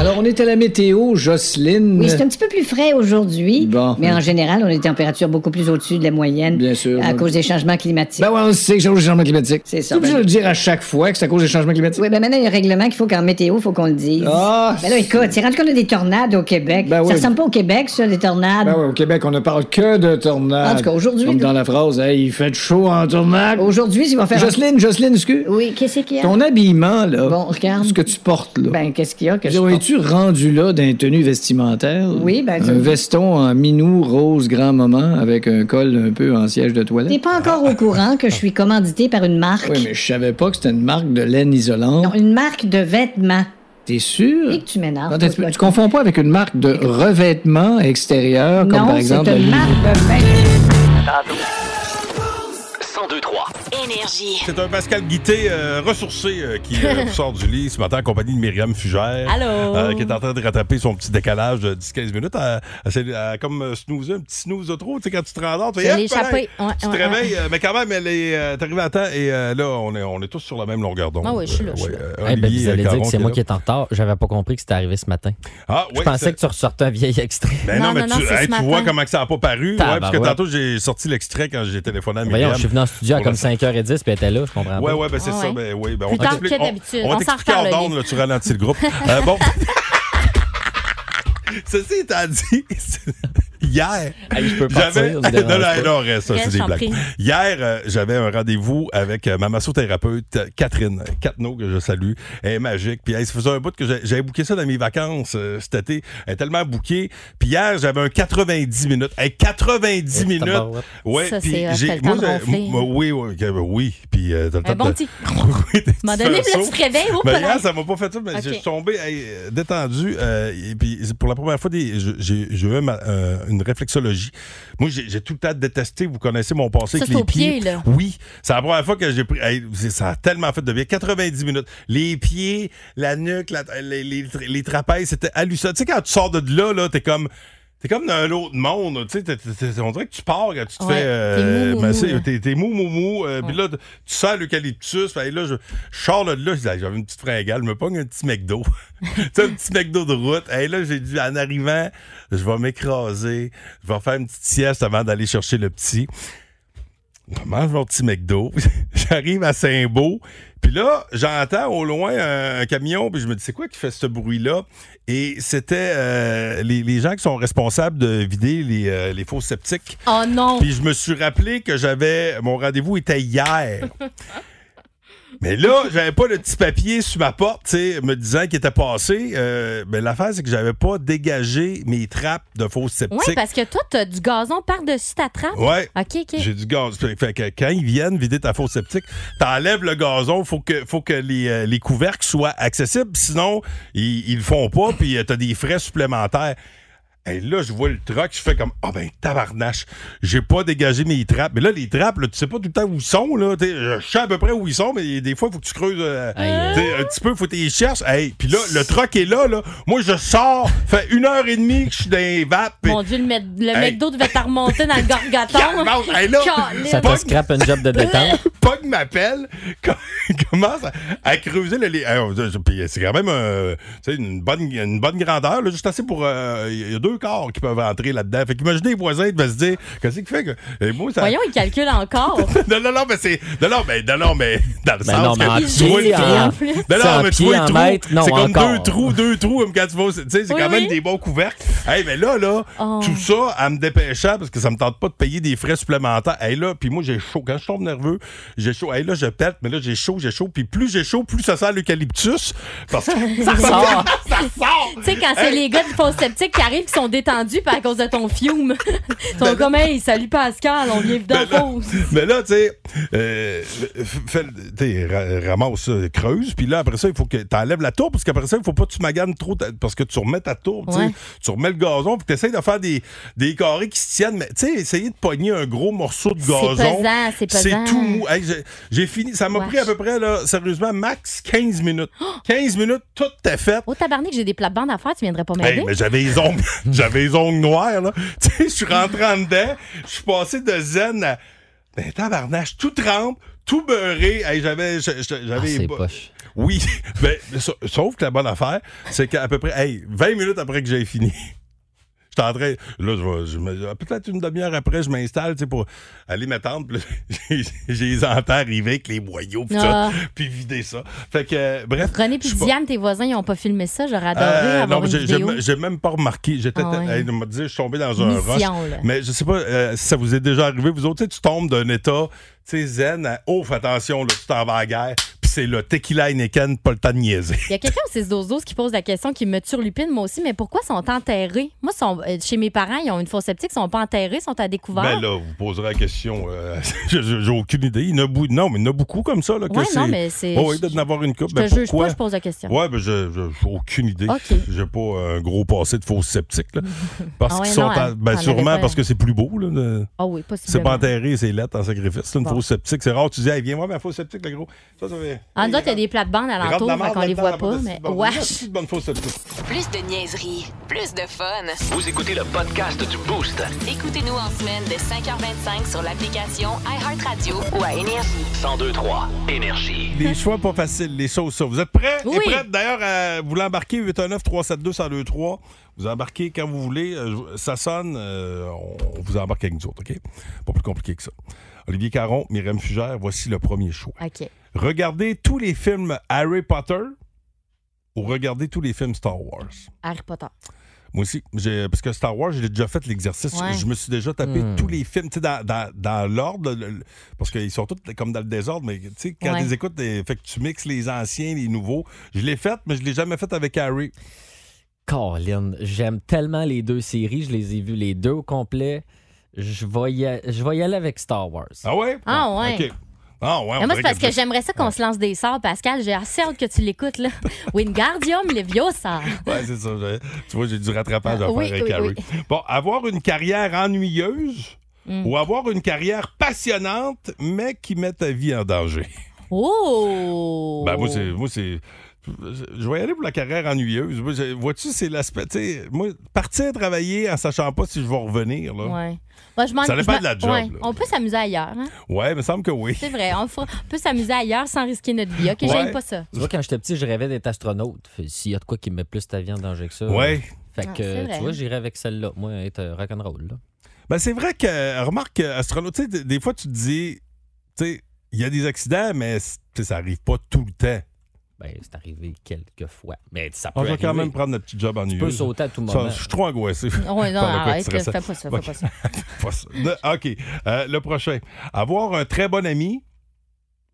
D: Alors, on est à la météo, Jocelyne.
E: Oui, c'est un petit peu plus frais aujourd'hui,
D: Bon. hein.
E: mais en général, on a des températures beaucoup plus au-dessus de la moyenne
D: Bien sûr.
E: à
D: donc-
E: cause des changements climatiques.
D: Ben ouais, on le sait que c'est à cause des changements climatiques. C'est
E: ça,
D: Tu obligé
E: ben-
D: de le dire à chaque fois que c'est à cause des changements climatiques.
E: Oui, ben maintenant, il y a un règlement qu'il faut qu'en météo, il faut qu'on le dise.
D: Ah,
E: ben là, écoute, c'est rendu qu'on a des tornades au Québec.
D: Ben oui.
E: Ça ressemble pas au Québec, ça, des tornades.
D: Ben ouais, au Québec, on ne parle que de tornades.
E: En tout cas, aujourd'hui,
D: Comme
E: là-
D: dans la phrase, hey, il fait chaud en tornade.
E: Aujourd'hui, ils vont faire.
D: Jocelyne, Jocelyne, excuse.
E: Oui, qu'est-ce qu'il y a?
D: Ton habillement, là.
E: Bon, regarde.
D: Ce que tu portes, là.
E: Ben, qu'est-ce qu'il y a que je porte?
D: Es-tu rendu là d'un tenue vestimentaire?
E: Oui, ben,
D: Un
E: tu-
D: veston en minou rose grand-maman avec un col un peu en siège de toilette.
E: T'es pas encore au courant que je suis commandité par une marque.
D: Oui, mais je savais pas que c'était une marque de laine isolante.
E: Une marque de vêtements.
D: T'es sûr?
E: Et que tu m'énerves.
D: Euh. Attends, tu, tu confonds pas avec une marque de revêtement extérieur, comme
E: non,
D: par exemple
E: c'est
D: la
E: une
D: Louis-
E: marque de vêtements.
B: 1023.
F: Énergie.
C: C'est un Pascal Guité euh, ressourcé euh, qui euh, sort du lit ce matin en compagnie de Myriam Fugère.
H: Allô?
C: euh, qui est en train de rattraper son petit décalage de 10-15 minutes. Elle, elle s'est- elle a comme euh, snoozé, un petit snooze de trop. Tu sais, quand tu te rendors, tu fais,
H: Je l'ai
C: Hey,
H: échappé.
C: pareil!
H: Ouais,
C: Tu te
H: ouais,
C: réveilles,
H: ouais.
C: euh, mais quand même, elle est euh, t'es arrivé à temps et euh, là, on est, on est tous sur la même longueur d'onde.
H: Ah oui, je suis là,
C: Euh,
H: je suis
C: ouais, euh,
I: Eh ben,
C: Olivier
I: vous allez
C: Caron
I: dire que c'est
C: est
I: moi
C: là.
I: qui est en retard. J'avais pas compris que c'était arrivé ce matin.
C: Ah,
I: je
C: ouais,
I: pensais
C: c'est-
I: que tu ressortais un vieil extrait.
C: Ben non, mais tu,
I: c'est
C: hey, tu vois comment que ça n'a pas paru. Ouais, parce que
I: Tabarouette.
C: tantôt, j'ai sorti l'extrait quand j'ai téléphoné à Myriam.
I: Voyons, je suis venu en studio à
C: Pour
I: comme
C: la-
I: 5h10 puis elle était là, je comprends
C: Ouais,
I: pas.
C: ouais, ben c'est
H: Ah
C: ça.
H: ouais.
C: Ben, oui, ben,
H: Plus
C: on
H: tard
C: t'explique-
H: que d'habitude.
C: On, on
H: On s'en
C: t'explique
H: reparle,
C: hors
H: Olivier.
C: d'onde, là, tu ralentis
I: Ah,
C: le groupe. Euh, bon. Ceci étant dit, Hier,
I: Hey, je peux partir,
C: j'avais.
I: vous
C: Non,
I: dérangez
C: non,
I: pas.
C: non, on reste, ça,
I: Quel
C: c'est des blagues.
I: champion.
C: Hier, euh, j'avais un rendez-vous avec euh, ma massothérapeute euh, Catherine Catneau, que je salue. Elle est magique. Puis elle se faisait un bout que j'ai- j'avais booké ça dans mes vacances euh, cet été. Elle est tellement bookée. Puis hier, j'avais un 90 minutes. Hey, 90 minutes!
I: tabarouette.
C: Ouais,
H: Ça,
C: puis
H: c'est, euh, t'as
C: j'ai.
H: le temps
C: Moi,
H: de
C: j'ai-
H: ronfler.
C: moi, oui, oui, que- oui. Puis euh, t'as le
H: Un
C: temps
H: bon
C: de-
H: petit.
C: Oui, t'as-
H: M'en
C: tu
H: donner
C: fais un
H: le
C: saut.
H: petit réveil, oh,
C: Ben,
H: pas
C: hier,
H: l'air.
C: ça m'a pas fait ça, mais
H: Ok.
C: je suis tombé hey, euh, détendu. euh, et puis, c'est pour la première fois, des- je- j'ai j'ai eu ma- euh, une réflexologie. Moi, j'ai j'ai tout le temps détesté. Vous connaissez mon passé
H: Ça,
C: avec
H: c'est
C: les
H: aux
C: pieds.
H: pieds, là.
C: Oui, c'est la première fois que j'ai pris. hey, c'est- ça a tellement fait de bien. 90 minutes. Les pieds, la nuque, la- les, les tra- les trapèzes, c'était hallucinant. Tu sais, quand tu sors de là, là t'es comme. T'es comme dans l'autre monde, tu sais, t'es- t'es- t'es- on dirait que tu pars quand tu te
H: Ouais,
C: fais
H: t'es mou, mou,
C: masser,
H: mou, là.
C: T'es, t'es mou, mou, mou. euh, Puis là, t- tu sens l'eucalyptus. Puis là, je, je sors là, de là, je dis, Ah, j'avais une petite fringale. Je me pogne un petit McDo. tu sais, un petit McDo de route. Et là, j'ai dit, en arrivant, je vais m'écraser. Je vais faire une petite sieste avant d'aller chercher le petit. Je mange mon petit McDo. J'arrive à Saint-Beau. Puis là, j'entends au loin un, un camion. Puis je me dis, c'est quoi qui fait ce bruit-là? Et c'était euh, les, les gens qui sont responsables de vider les, euh, les faux sceptiques.
H: Oh non!
C: Puis je me suis rappelé que j'avais. Mon rendez-vous était hier.
L: Euh,
C: Mais là, j'avais pas le petit papier sur ma porte, tu sais, me disant qu'il était passé. Euh, ben, l'affaire, c'est que j'avais pas dégagé mes trappes de faux sceptiques.
H: Oui, parce que toi, t'as du gazon par-dessus ta trappe.
C: Ouais.
H: OK, OK.
C: J'ai du gaz. Fait que quand ils viennent vider ta fosse sceptique, t'enlèves le gazon, faut que, faut que les, euh, les couvercles soient accessibles, sinon ils, ils le font pas, puis euh, t'as des frais supplémentaires. Et là, je vois le truck, je fais comme Ah ben tabarnache, j'ai pas dégagé mes trappes. Mais là, les trappes, là, tu sais pas tout le temps où ils sont, là. T'sais, Je sais à peu près où ils sont, mais des fois, il faut que tu creuses euh, t'sais, un petit peu, faut que tu les cherches. Hey, puis là, le truck est là, là. Moi, je sors, fait une heure et demie que je suis dans les vapes. puis-
H: Mon Dieu, le, mec- le
C: Hey.
H: McDo devait te remonter dans le
C: Calme,
H: gargaton.
C: hey, là.
H: Caliste.
I: Ça te scrape un job de détente.
C: Pog m'appelle, com- commence à, à creuser le lit. Hey, on- je- puis c'est quand même euh, tu sais, une, bonne, une bonne grandeur, là, juste assez pour. euh, Il y a deux corps qui peuvent entrer là-dedans. Fait qu'imaginez les voisins ils devaient se dire Qu'est-ce qui fait que. Et moi, ça-
H: Voyons, il calcule encore.
C: non, non, non, mais c'est. Non, non, mais, non, non, mais dans le
I: Ben
C: sens
I: non, mais en
C: que tu vois
I: pied,
C: le
I: en-
C: trou. Non,
I: c'est en
C: non, mais tu
I: pied,
C: vois
I: en
C: le
I: mètre,
C: trou.
I: non,
C: C'est comme
I: encore.
C: deux trous, deux trous, comme quand tu vas. au- Tu sais, c'est
H: Oui,
C: quand même
H: oui. Oh.
C: des bons couvercles. Hey, mais là, là, tout ça, à me dépêchant, parce que ça me tente pas de payer des frais supplémentaires. Hey, là, puis moi, j'ai chaud. Quand je tombe nerveux, j'ai chaud. Hey, là, je pète, mais là, j'ai chaud, j'ai chaud. Puis plus j'ai chaud, plus ça sent l'eucalyptus. Parce que.
H: Ça sort.
C: ça sort.
H: Tu sais, quand c'est les gars du faux sceptique qui arrivent, qui sont détendus par à cause de ton fiume. Ils sont comme, hey, salut Pascal, on vient vider la fosse.
C: Mais Ben là, tu sais, euh, f- fais le- tu sais, ra- ramasse ça, creuse, puis là, après ça, il faut que tu enlèves la tour, parce qu'après ça, il faut pas que tu maganes trop, ta- parce que tu remets ta tour, tu sais.
H: Ouais.
C: tu remets le gazon, puis tu essaies de faire des, des carrés qui se tiennent, mais tu sais, essayer de pogner un gros morceau de
H: C'est
C: gazon.
H: pesant, c'est pesant.
C: tout mou. Hey, j'ai- J'ai fini, ça m'a
H: Wesh.
C: pris à peu près, là, sérieusement, max 15 minutes. 15 minutes, tout est fait.
H: Oh, tabarnak, j'ai des plates-bandes à faire, tu viendrais pas
C: Hey,
H: m'aider?
C: Ben, mais j'avais les ongles, j'avais les ongles noirs là. Tu sais, je suis rentré en dedans, je suis passé de zen à ben tabarnache, tout trempe, tout beurré. Hey, j'avais je- je-
I: Ah,
C: j'avais les
I: c'est
C: bo-
I: poche.
C: Oui, ben, sa- sauf que la bonne affaire, c'est qu'à peu près hey, 20 minutes après que j'ai fini. J'étais en train. Là, je vais- je me- ah, peut-être une demi-heure après, je m'installe tu sais, pour aller m'attendre. puis là, j'ai- J'ai les entends arriver avec les boyaux, puis tout,
H: Ah.
C: puis vider ça. Fait que, euh, bref.
H: René puis
C: je suis pas-
H: Diane, tes voisins, ils ont pas filmé ça, j'aurais adoré
C: euh,
H: avoir
C: non,
H: une
C: j'ai- j'ai
H: vidéo.
C: me- j'ai même pas remarqué. J'étais,
H: Ah ouais.
C: hey, je me dis, je suis tombé dans un rush.
H: Mission, là.
C: Mais je sais pas euh, si ça vous est déjà arrivé. Vous autres, tu sais, tu tombes d'un état, tu sais, zen, à, oh, fais attention, là, tu t'en vas à la guerre. Puis c'est le tequila Heineken, pas le temps de niaiser.
H: Il y a quelqu'un au 6 12 qui pose la question qui me turlupine, moi aussi, mais pourquoi sont enterrés? Moi, sont, euh, chez mes parents, ils ont une fosse septique, ils sont pas enterrés, ils sont à découvert.
C: Ben là, vous poserez la question. euh, je- je- j'ai aucune idée. Il y en a bou- non, mais il y en a beaucoup comme ça. Là, que
H: Ouais,
C: c'est...
H: non, mais c'est-
C: Oh, oui, d'en avoir une coupe.
H: je
C: mais
H: te juge
C: pourquoi?
H: pas, je pose la question.
C: Ouais, ben je- je- j'ai aucune idée.
H: Ok.
C: J'ai pas euh, un gros passé de faux sceptiques. Là, parce
H: Ah ouais,
C: qu'ils sont.
H: non,
C: en-
H: elle-
C: ben
H: elle
C: sûrement
H: avait-
C: parce que c'est plus beau. Là, de-
H: Ah oui,
C: C'est
H: possiblement.
C: pas enterré, c'est lettre en sacrifice. C'est une
H: Bon.
C: fausse sceptique. C'est rare, tu dis, hey, viens voir ma fausse sceptique, le gros. Ça, ça fait.
H: En dehors, Ah, il y a des plates-bandes
C: Il rentre de
H: alentour,
C: la
H: fait
C: marde
H: qu'on les
C: là-dedans,
H: voit pas,
C: la
H: mais
C: petite bonne- la
H: wesh!
C: petite bonne fausse sceptique.
F: Plus de niaiserie, plus de fun.
B: Vous écoutez le podcast du Boost.
F: Écoutez-nous en semaine de 5h25 sur l'application iHeartRadio ou à Énergie.
B: 1023 Énergie.
C: Les choix pas faciles, les choses ça. Vous êtes prêts?
B: Oui.
C: Et prêtes? D'ailleurs, euh, vous l'embarquez 819-372-1023. Vous embarquez quand vous voulez. Euh, je- Ça sonne, euh, on on vous embarque avec nous autres, OK? Pas plus compliqué que ça. Olivier Caron, Myriam Fugère, voici le premier choix.
H: OK.
C: Regardez tous les films Harry Potter ou regardez tous les films Star Wars.
H: Harry Potter.
C: Moi aussi, j'ai- parce que Star Wars, j'ai déjà fait l'exercice.
H: Ouais.
C: Je me suis déjà tapé
H: Hmm.
C: tous les films, tu sais, dans, dans- dans l'ordre, le- le- parce qu'ils sont tous comme dans le désordre, mais tu sais, quand
H: Ouais.
C: tu les écoutes, t'es- fait que tu mixes les anciens, les nouveaux. Je l'ai fait, mais je l'ai jamais fait avec Harry.
I: Colin, j'aime tellement les deux séries. Je les ai vues les deux au complet. Je vais y, a- je vais y aller avec Star Wars.
C: Ah ouais?
H: Ah ouais.
C: OK. Ah ouais, on
H: Mais moi,
C: dirait
H: c'est parce que
C: je-
H: j'aimerais ça qu'on se lance des sorts, Pascal. J'ai assez hâte que tu l'écoutes, là. Wingardium Leviosa.
C: Ouais, c'est ça. je- Tu vois, j'ai du rattrapage à
H: Ah, oui,
C: faire avec
H: oui,
C: Harry. Bon, avoir une carrière ennuyeuse
H: Mm.
C: ou avoir une carrière passionnante, mais qui met ta vie en danger.
H: Oh!
C: Ben, moi, c'est. Moi, c'est je vais y aller pour la carrière ennuyeuse. Moi, je- Vois-tu, c'est l'aspect. tu sais, Moi, partir travailler en sachant pas si je vais revenir. Là.
H: Ouais. Moi, je m'en-
C: Ça dépend
H: je m'en-
C: de la job,
H: ouais.
C: là.
H: On peut s'amuser ailleurs. hein.
C: Ouais, il me semble que oui.
H: C'est vrai. On, fera- on peut s'amuser ailleurs sans risquer notre vie. OK, j'aime pas ça.
I: Tu vois, quand j'étais petit, je rêvais d'être astronaute. Fait, S'il y a de quoi qui me met plus ta vie en danger que ça.
C: Ouais.
I: Fait
H: Ah,
I: que,
H: c'est vrai.
I: tu vois, j'irais avec celle-là. Moi, être euh, rock'n'roll. là.
C: Ben, c'est vrai que, euh, remarque, euh, astronaute, tu sais, des- des fois, tu te dis, tu sais, il y a des accidents, mais c- tu sais, ça arrive pas tout le temps.
I: Ben, c'est arrivé quelques fois. Mais ça peut
C: On va
I: arriver.
C: Ah, quand même prendre notre petit job en
I: Tu peux sauter à tout
C: Ça,
I: moment.
C: Je suis trop angoissé.
H: Ouais, non,
C: Par le
H: arrête,
C: coup de stress.
H: fais pas ça, fais
C: Ok.
H: pas ça.
C: Pas ça. Ne- OK. Euh, le prochain. Avoir un très bon ami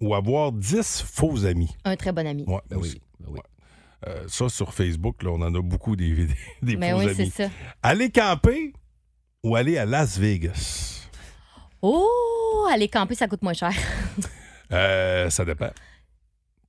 C: ou avoir 10 faux amis.
H: Un très bon ami.
C: Ouais, ben moi aussi. Ouais. Euh, ça, sur Facebook, là, on en a beaucoup des, des, des
H: Mais Ben
C: faux
H: oui,
C: amis.
H: c'est ça.
C: Aller camper ou aller à Las Vegas?
H: Oh, aller camper, ça coûte moins cher.
C: Euh, ça dépend.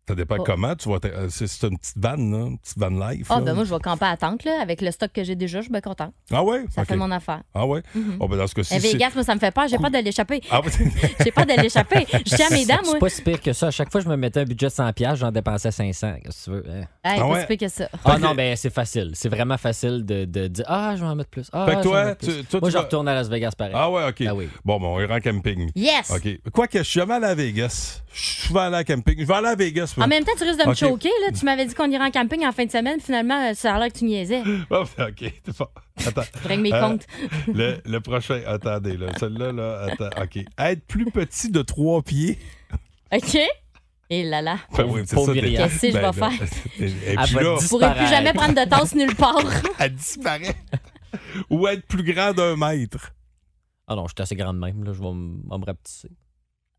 C: Ça dépend
H: Oh.
C: comment tu vas. te- euh, C'est c'est une petite vanne, là, une petite van life.
H: Ah,
C: là.
H: ben moi, je vais camper à la tente, là. Avec le stock que j'ai déjà, je suis bien contente.
C: Ah ouais?
H: Ça
C: OK.
H: fait mon affaire.
C: Ah ouais?
H: Mhm.
C: Oh, ben dans ce cas-ci.
H: Mais
C: c'est-
H: Vegas, moi, ça me fait peur. J'ai peur de l'échapper.
C: Ah, ouais.
H: J'ai peur de l'échapper. Je tiens mes dents, moi.
I: C'est pas si pire que ça. À chaque fois, je me mettais un budget de 100 pièces, j'en dépensais 500. Qu'est-ce que tu veux? hein?
H: Hey, pas si pire que ça.
I: Ah non, ben c'est facile. C'est vraiment facile de, de dire Ah, je vais en mettre plus. Ah,
C: Fait
I: je
C: que
I: vais en
C: toi,
I: mettre plus.
C: tu- toi,
I: Moi,
C: tu
I: je
C: vas-
I: retourne à Las Vegas pareil. Ben
C: Ah ouais, OK. Bon, bon, on ira en camping.
H: Yes!
C: OK. Quoique, je suis jamais allé à Vegas. Je suis souvent allé à camping. Je vais aller à Vegas. moi.
H: En même temps, tu risques de me
C: OK.
H: choquer. Là. Tu m'avais dit qu'on irait en camping en fin de semaine. Finalement, euh, ça a l'air que tu niaisais.
C: Oh, OK, c'est bon. Attends.
H: Règle mes
C: Euh,
H: comptes.
C: le, le prochain, attendez, là. Celui-là, là, attends, OK. Être plus petit de trois pieds.
H: OK? Et là là.
C: Ben oui, c'est
I: Pauvre
C: ça, t'es-
I: Myriam.
H: Qu'est-ce que je
C: ben,
H: vais
C: là,
H: faire?
C: Et
I: Elle
C: puis
I: va
C: là,
H: Je pourrais plus jamais prendre de tasse nulle part.
C: elle disparaît. Ou être plus grand d'un mètre.
I: Ah non, je suis assez grande même, là. Je vais m- on me rapetisser.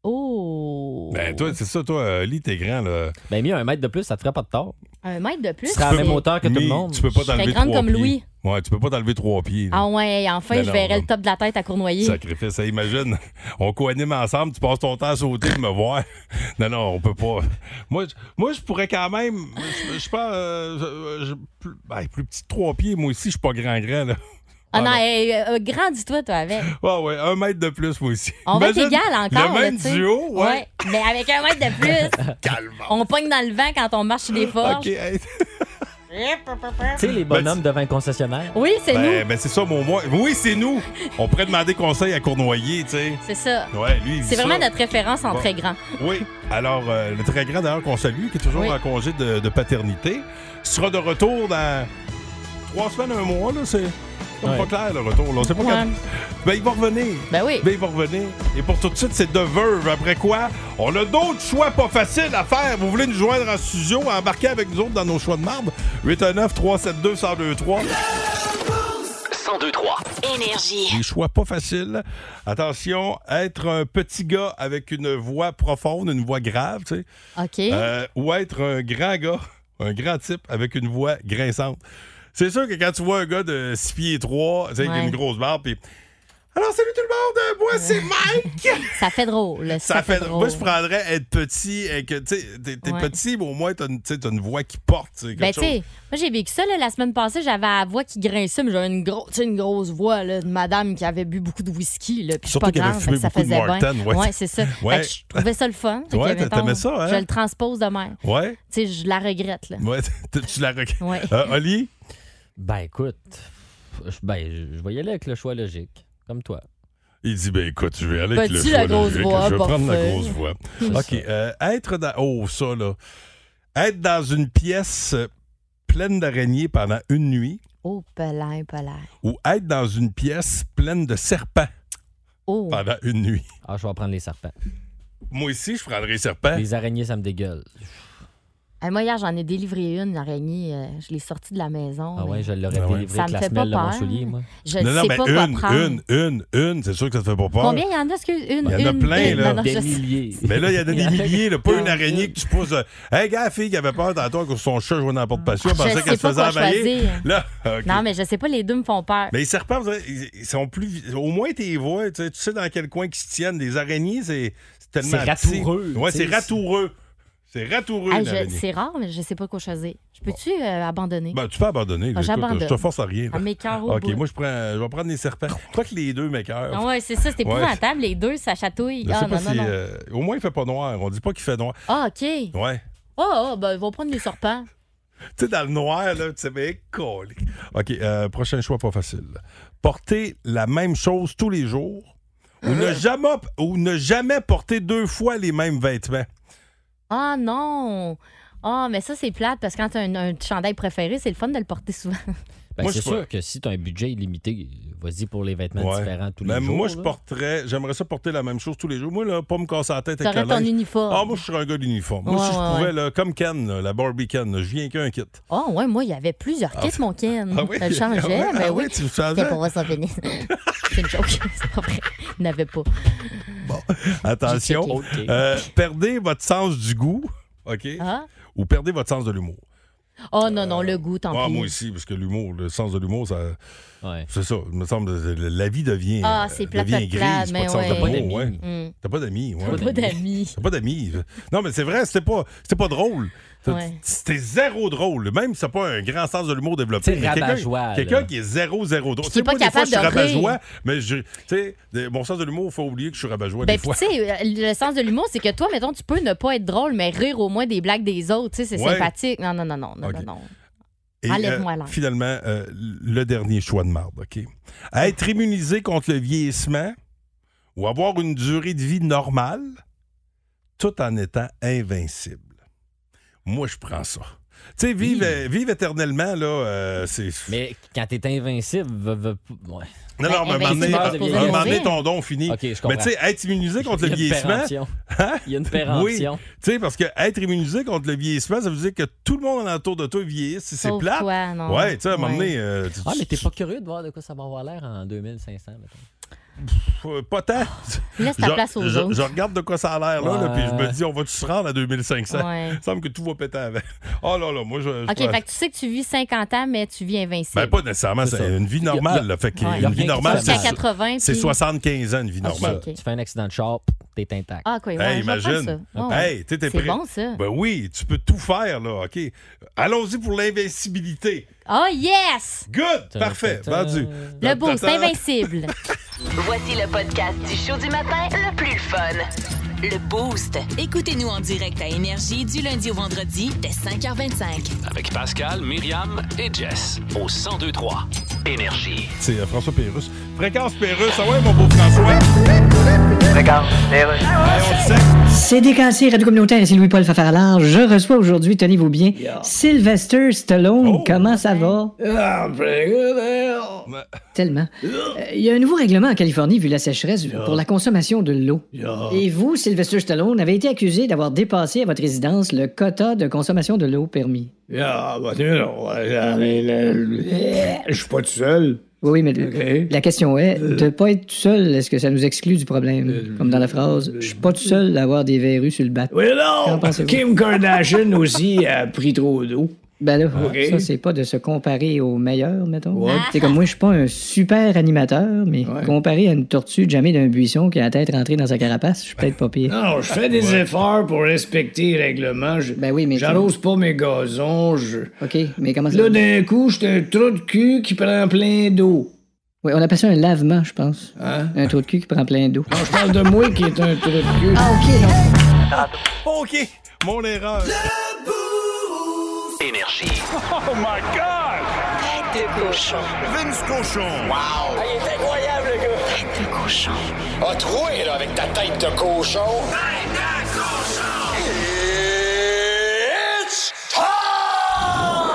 H: Oh!
C: Ben, toi, c'est ça, toi, euh, Lee, t'es grand, là.
I: Ben, mis un mètre de plus, ça te ferait pas de tort.
H: Un mètre de plus.
I: Tu serais à la
H: c'est-
I: même hauteur que tout
C: Mais
I: le monde.
C: Tu peux pas
H: serais
C: t'enlever
H: grande
C: trois
H: comme
C: pieds.
H: Louis.
C: Ouais, tu peux pas t'enlever trois pieds. là.
H: Ah ouais, enfin,
C: Ben
H: je
C: non,
H: verrais
C: non.
H: le top de la tête à Cournoyer.
C: Sacrifice, ça imagine. On coanime ensemble, tu passes ton temps à sauter et me voir. Non, non, on peut pas. Moi, je- moi je pourrais quand même. Je je suis pas. euh, je- je- plus, ben, plus petit de trois pieds, moi aussi, je suis pas grand grand là.
H: Ah non, hey, euh, euh, grandis-toi, toi, avec.
C: Ouais, ouais, un mètre de plus, moi aussi.
H: On va être
C: Imagine
H: égal encore.
C: Le
H: là,
C: même
H: tu sais.
C: duo, ouais.
H: Mais avec un mètre de plus,
C: Calme.
H: on pogne dans le vent quand on marche sur des
C: OK.
H: forges.
C: hey.
I: Tu sais, les bonhommes devant un concessionnaire.
H: Oui, c'est
C: Ben,
H: nous.
C: ben, c'est ça, mon moi. Oui, c'est nous. On pourrait demander conseil à Cournoyer, tu sais.
H: C'est ça.
C: Ouais, lui, il
H: C'est
C: vit
H: vraiment
C: ça.
H: notre référence en
C: Bon.
H: très grand.
C: Oui. Alors, euh, le très grand, d'ailleurs, qu'on salue, qui est toujours
H: Oui.
C: en congé de, de paternité, sera de retour dans trois semaines, un mois, là. C'est comme
I: Ouais.
C: pas clair, le retour. Là. On sait pas
H: Ouais.
C: quand. Ben, il va revenir.
H: Ben oui.
C: Ben, il va revenir. Et pour tout de suite, c'est The Verve. Après quoi, on a d'autres choix pas faciles à faire. Vous voulez nous joindre en studio, embarquer avec nous autres dans nos choix de marbre? 819-372-1023.
B: 1023.
F: Énergie.
C: Des choix pas faciles. Attention, être un petit gars avec une voix profonde, une voix grave, tu sais.
H: OK.
C: Euh, ou être un grand gars, un grand type avec une voix grinçante. C'est sûr que quand tu vois un gars de 6 pieds 3, avec
H: Ouais.
C: une grosse barbe, puis. Alors, salut tout le monde, moi c'est Mike!
H: Ça fait drôle. Ça,
C: Ça fait
H: drôle.
C: Moi, je prendrais être petit, et que, tu sais, t'es t'es
H: Ouais.
C: petit, mais au moins, t'as une, tu sais, t'as une voix qui porte, tu sais,
H: Ben,
C: quelque
H: tu
C: chose.
H: sais, moi, j'ai vécu ça, là, la semaine passée, j'avais la voix qui grinçait, mais j'avais une, grosse- tu sais, une grosse voix, là, de madame qui avait bu beaucoup de whisky, là, puis je suis
C: Surtout
H: pas
C: qu'elle avait
H: grande,
C: fumé
H: fait que ça
C: beaucoup de
H: faisait
C: Moncton,
H: bien.
C: ouais.
H: Ouais, c'est ça. Fait
C: Ouais.
H: que je trouvais ça le fun. Fait que,
C: Ouais, t'a-
H: mettons,
C: t'aimais ça, hein?
H: Je le transpose de même.
C: Ouais,
H: Tu sais, je la regrette, là.
C: ouais, tu la reconnais.
H: Ouais.
C: Euh, Oli?
I: Ben, écoute, je, ben, je- je vais y aller avec le choix logique, comme toi.
C: Il dit, ben écoute, je vais aller avec
H: Vas-tu
C: le
H: la
C: choix
H: grosse
C: logique.
H: voix,
C: Je vais prendre la
H: parfait.
C: grosse voix.
I: C'est
C: OK. euh, être dans. Oh, ça, là. Être dans une pièce euh, pleine d'araignées pendant une nuit
H: Oh, pelin, pelin.
C: ou être dans une pièce pleine de serpents
H: Oh.
C: pendant une nuit.
I: Ah, je vais prendre les serpents.
C: Moi aussi, je prendrais les serpents.
I: Les araignées, ça me dégueule.
H: Euh, moi, hier, j'en ai délivré une, l'araignée. euh, je l'ai sortie de la maison.
I: Ah
H: mais
I: ouais, je l'aurais
C: Ah ouais.
I: délivré
H: Ça
I: avec
H: me
I: la
H: fait
I: semelle de
H: pas
I: mon
H: peur.
I: soulier, moi.
H: Je ne sais pas quoi
C: une,
H: prendre.
C: une, une, une, c'est sûr que ça te fait pas peur.
H: Combien il y en a? Est-ce que une,
C: Il y en a
H: une,
C: plein,
H: une?
C: là.
H: Non, non, je sais-
C: Mais là, il y en a des milliers, là, pas une araignée que tu pousses. euh, Hey, gars, la fille qui avait peur tantôt que son chat jouait dans la porte patio, elle
H: Je sais
C: pensait qu'elle se
H: pas
C: faisait
H: quoi
C: envahir.
H: choisir.
C: Là, OK.
H: Non, mais je sais pas, les deux me font peur.
C: Mais les serpents, vous savez, ils ils sont plus. vi- Au moins, tu les vois. Tu sais, tu sais dans quel coin qu'ils se tiennent. Les araignées, c'est c'est tellement.
I: C'est
C: petit.
I: ratoureux,
C: Ouais,
I: tu sais,
C: c'est ratoureux. C'est ratoureux,
H: Ah,
C: une
H: je-
C: araignée.
H: c'est rare, mais je sais pas quoi choisir. Je peux-tu euh, abandonner?
C: Ben, tu peux
H: Ah,
C: abandonner. là, écoute,
H: j'abandonne.
C: je te force à rien. là.
H: À mes cœurs au
C: OK,
H: bout.
C: moi, je, prends, je vais prendre les serpents. Quoi que les deux m'écœurent.
H: Ah ouais, c'est ça, c'est
C: euh, Ouais.
H: épouvantable. Les deux, ça chatouille.
C: Je sais
H: Ah,
C: pas
H: non, non,
C: si.
H: non.
C: euh, au moins, il fait pas noir. On dit pas qu'il fait noir.
H: Ah, OK.
C: Ouais.
H: Ah, ah, ben, ils vont prendre les serpents.
C: Tu sais, dans le noir, là, tu sais, mais colique. OK, euh, prochain choix pas facile. Porter la même chose tous les jours ou,
H: Uh-huh.
C: ne jamais, ou ne jamais porter deux fois les mêmes vêtements.
H: Ah, non. Ah, mais ça, c'est plate parce que quand t'as un, un chandail préféré, c'est le fun de le porter souvent.
I: Ben,
C: Moi,
I: c'est
C: je
I: sûr
C: pourrais-
I: que si tu as un budget illimité, vas-y pour les vêtements
C: Ouais.
I: différents tous
C: Mais
I: les jours.
C: moi, je
I: là.
C: porterais, j'aimerais ça porter la même chose tous les jours. Moi, là, pas me casser la tête avec
H: T'aurais
C: le
H: ton
C: linge.
H: uniforme.
C: Ah, moi, je serais un gars d'uniforme. Moi,
H: Ouais,
C: si je
H: ouais,
C: pouvais,
H: ouais.
C: là, comme Ken, là, la Barbie Ken, là, je viens qu'un kit.
H: Ah, ouais, moi, il y avait plusieurs kits, mon Ken.
C: Ah oui?
H: Ça le
C: Ah
H: changeait,
C: ouais,
H: ben
C: ah
H: oui.
C: ouais, tu le
H: C'était
C: changeais.
H: pour voir son pénis. c'est une joke, c'est pas vrai. Il n'avait pas.
C: Attention.
I: J'ai checké.
C: Euh, perdez votre sens du goût, OK?
H: Ah.
C: Ou perdez votre sens de l'humour.
H: Oh, non, non, le goût, tant
C: Ah,
H: pis.
C: moi aussi, parce que l'humour, le sens de l'humour, ça.
I: Ouais.
C: C'est ça. Il me semble que la vie devient.
H: Ah, c'est
C: euh,
H: plate,
C: devient
H: plate, plate,
C: grise,
H: mais
C: pas de sens de
H: ouais.
C: l'humour, ouais.
H: Mm.
C: T'as pas d'amis, ouais.
H: Pas d'amis.
C: T'as pas d'amis. Non, mais c'est vrai, c'était pas, c'était pas drôle. T'as-
H: Ouais.
C: C'était zéro drôle. Même si t'as pas un grand sens de l'humour développé.
I: T'sais,
C: mais
I: rabat-joie, là.
C: Quelqu'un quelqu'un qui est zéro, zéro drôle.
H: qui est
C: T'sais,
H: pas
C: moi, des fois,
H: capable
C: je suis
H: de rire.
C: rabat-joie, mais je- tu sais, de- mon sens de l'humour, faut oublier que je suis rabat-joie
H: Ben,
C: des
H: pis
C: fois.
H: tu sais, euh, le sens de l'humour, c'est que toi, mettons, tu peux ne pas être drôle, mais rire au moins des blagues des autres, tu sais, c'est
C: Ouais.
H: sympathique. Non, non, non, non, non,
C: Ok.
H: non, non.
C: Et,
H: Enlève-moi là.
C: Finalement, euh, le dernier choix de marde, OK? Être immunisé contre le vieillissement ou avoir une durée de vie normale tout en étant invincible. Moi, je prends ça. Tu sais, vivre, euh, vivre éternellement, là, euh, c'est...
I: Mais quand t'es invincible, va- va- ouais.
H: Ben,
C: Non, non, mais à un moment donné,
I: Ben, invincible,
C: à
I: tu
C: un
I: peux pas
C: moment
I: mourir.
C: donné, ton don finit.
I: Ok, je comprends.
C: mais tu sais, être immunisé contre
I: Il y
C: le
I: a une
C: vieillissement...
I: péremption.
C: Hein?
I: Il y a une
C: Oui.
I: péremption.
C: Tu sais, parce que être immunisé contre le vieillissement, ça veut dire que tout le monde alentour de toi vieillit. Si c'est
H: Sauf
C: plate.
H: toi, non.
C: Ouais, tu sais, à un moment
H: Ouais.
C: donné. euh, tu-
I: Ah, mais t'es pas curieux de voir de quoi ça va avoir l'air en 2500, mettons.
C: Euh, pas tant.
H: Laisse ta
C: Je-
H: place aux
C: je,
H: autres.
C: je regarde de quoi ça a l'air, là, là,
I: Ouais.
C: puis je me dis, on va-tu se rendre à 2500?
H: Ouais.
C: Il me semble que tout va péter avec. Oh là là, moi, je. je
H: OK,
C: pense-
H: fait que tu sais que tu vis 50 ans, mais tu vis invincible.
C: Ben, pas nécessairement,
I: C'est
C: c'est
I: ça.
C: une vie normale.
I: Y a- y a-
C: là. fait que
H: Ouais.
C: une
I: Y a
C: vie
I: rien
C: normale,
I: qui
C: c'est,
I: fait
H: Jusqu'à 80,
C: c'est
H: puis-
C: 75 ans, une vie
I: Ah, c'est
C: normale.
H: Ok.
I: Tu fais un accident de char, t'es intact.
H: Ah, quoi, ouais,
C: Hey,
H: je vais prendre
C: imagine.
H: ça. Ouais, ouais.
C: Hey, tu t'es
H: C'est
C: prêt.
H: bon, ça.
C: Ben oui, tu peux tout faire, là, OK? Allons-y pour l'invincibilité.
H: Oh, yes!
C: Good!
I: Ta-
C: Parfait,
I: ta- ta-
C: vendu.
H: Le beau, c'est
C: Ta- ta-
H: invincible.
M: Voici le podcast du show du matin le plus fun.
F: Le Boost. Écoutez-nous en direct à Énergie du lundi au vendredi dès 5h25.
N: Avec Pascal, Myriam et Jess au 1023 Énergie.
C: C'est euh, François Pérusse. Fréquence Pérusse, ah ouais, mon beau François.
O: Fréquence Pérusse.
C: Hey, on le sait.
E: C'est Décassé, Radio Communautaire, c'est Louis-Paul Fafarlard. Je reçois aujourd'hui, tenez-vous bien, Sylvester Stallone. Comment ça va?
D: Ah, ben,
E: Tellement. Euh, Il y a un nouveau règlement en Californie, vu la sécheresse,
D: Ah.
E: pour la consommation de l'eau. Et vous, Sylvester Stallone, avez été accusé d'avoir dépassé à votre résidence le quota de consommation de l'eau permis.
D: Ah, bah, tu sais, non, ouais, j'en ai le- Je suis pas tout seul.
E: Oui, oui, mais la question est,
D: Euh.
E: de pas être tout seul, est-ce que ça nous exclut du problème? Comme dans la phrase, je suis pas tout seul à avoir des verrues sur le bat.
D: Oui, non!
E: Qu'en pensez-vous?
D: Kim Kardashian aussi a pris trop d'eau.
E: Ben là,
D: Ok.
E: ça, c'est pas de se comparer au meilleur, mettons.
D: Ouais.
E: C'est comme moi, je suis pas un super animateur, mais comparé à une tortue jamais d'un buisson qui a la tête rentrée dans sa carapace, je suis peut-être pas pire.
D: Non, je fais des efforts pour respecter les règlements. Je-
E: Ben oui, mais.
D: J'arrose pas mes gazons. Je...
E: OK, mais comment ça.
D: Là, d'un coup, j'étais un trou de cul qui prend plein d'eau. Hein?
E: Oui, on appelle ça un lavement, je pense. Un trou de cul qui prend plein d'eau.
D: Non, je parle de moi qui est un trou de cul.
E: Ah, OK, non.
C: OK, mon erreur.
N: Énergie.
B: Oh my God! Tête de cochon. Vince cochon. Wow! il est incroyable, le gars! Tête de cochon. A troué, là, avec ta tête de cochon. Tête de cochon!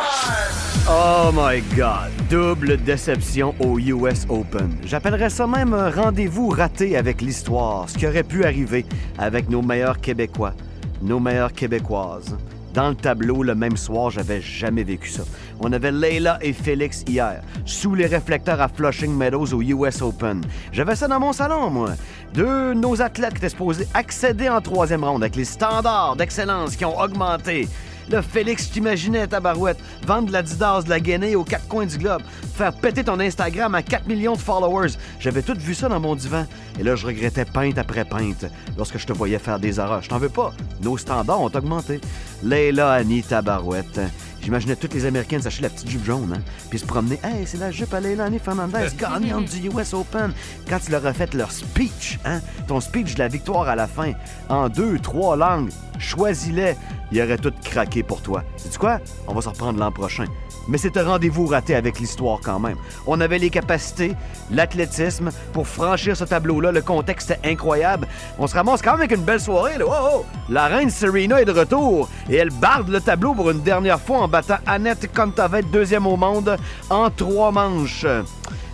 B: It's
P: Oh my God! Double déception au US Open. J'appellerais ça même un rendez-vous raté avec l'histoire, ce qui aurait pu arriver avec nos meilleurs Québécois, nos meilleures Québécoises. dans le tableau le même soir. J'avais jamais vécu ça. On avait Leila et Félix hier, sous les réflecteurs à Flushing Meadows au US Open. J'avais ça dans mon salon, moi. Deux de nos athlètes qui étaient supposés accéder en troisième ronde avec les standards d'excellence qui ont augmenté. Là, Félix, t'imaginais, tabarouette, vendre de la Didas, de la Guinée aux quatre coins du globe, faire péter ton Instagram à 4 millions de followers. J'avais tout vu ça dans mon divan. Et là, je regrettais peinte après peinte lorsque je te voyais faire des erreurs. Je t'en veux pas. Nos standards ont augmenté. Leila, Annie, tabarouette. J'imaginais toutes les Américaines s'acheter la petite jupe jaune, hein, puis se promener. Hey, c'est la jupe à Leila Annie Fernandez, gagnante du US Open. Quand tu leur as fait leur speech, hein, ton speech de la victoire à la fin, en deux, trois langues, choisis-les. Ils auraient tout craqué pour toi. Sais-tu quoi? On va se reprendre l'an prochain. Mais c'est un rendez-vous raté avec l'histoire quand même. On avait les capacités, l'athlétisme pour franchir ce tableau-là. Le contexte était incroyable. On se ramasse quand même avec une belle soirée. Là. Oh, oh! La reine Serena est de retour et elle barde le tableau pour une dernière fois en battant Annette Contavet, deuxième au monde, en trois manches.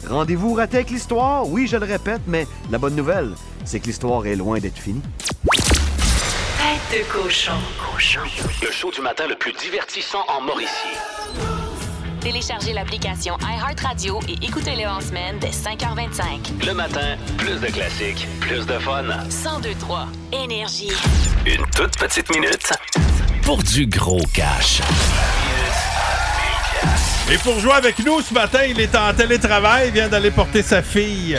P: Rendez-vous raté avec l'histoire? Oui, je le répète, mais la bonne nouvelle, c'est que l'histoire est loin d'être finie.
A: Tête de cochon.
B: Le show du matin le plus divertissant en Mauricie.
F: Téléchargez l'application iHeartRadio et écoutez-le en semaine dès 5h25.
B: Le matin, plus de classiques, plus de fun.
F: 1023 Énergie.
B: Une toute petite minute pour du gros cash.
C: Et pour jouer avec nous ce matin, il est en télétravail, il vient d'aller porter sa fille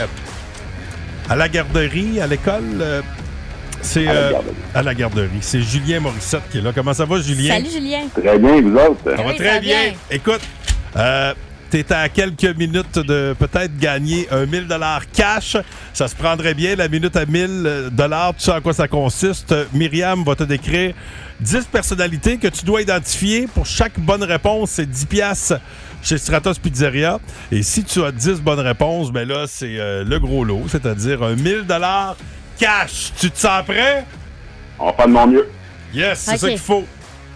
C: à la garderie, à l'école. euh, C'est
Q: À la
C: euh,
Q: garderie.
C: à la garderie. C'est Julien Morissette qui est là. Comment ça va, Julien?
H: Salut, Julien.
L: Très bien, vous autres?
C: Ça va très bien. Écoute, euh, t'es à quelques minutes de peut-être gagner un 1000 cash. Ça se prendrait bien, la minute à 1000 Tu sais en quoi ça consiste. Euh, Myriam va te décrire 10 personnalités que tu dois identifier. Pour chaque bonne réponse, c'est 10 piastres chez Stratos Pizzeria. Et si tu as 10 bonnes réponses, ben là, c'est euh, le gros lot, c'est-à-dire un 1000 cash. Tu te sens prêt?
L: On va faire de mon mieux.
C: Yes, c'est
H: Ok.
C: ça qu'il faut.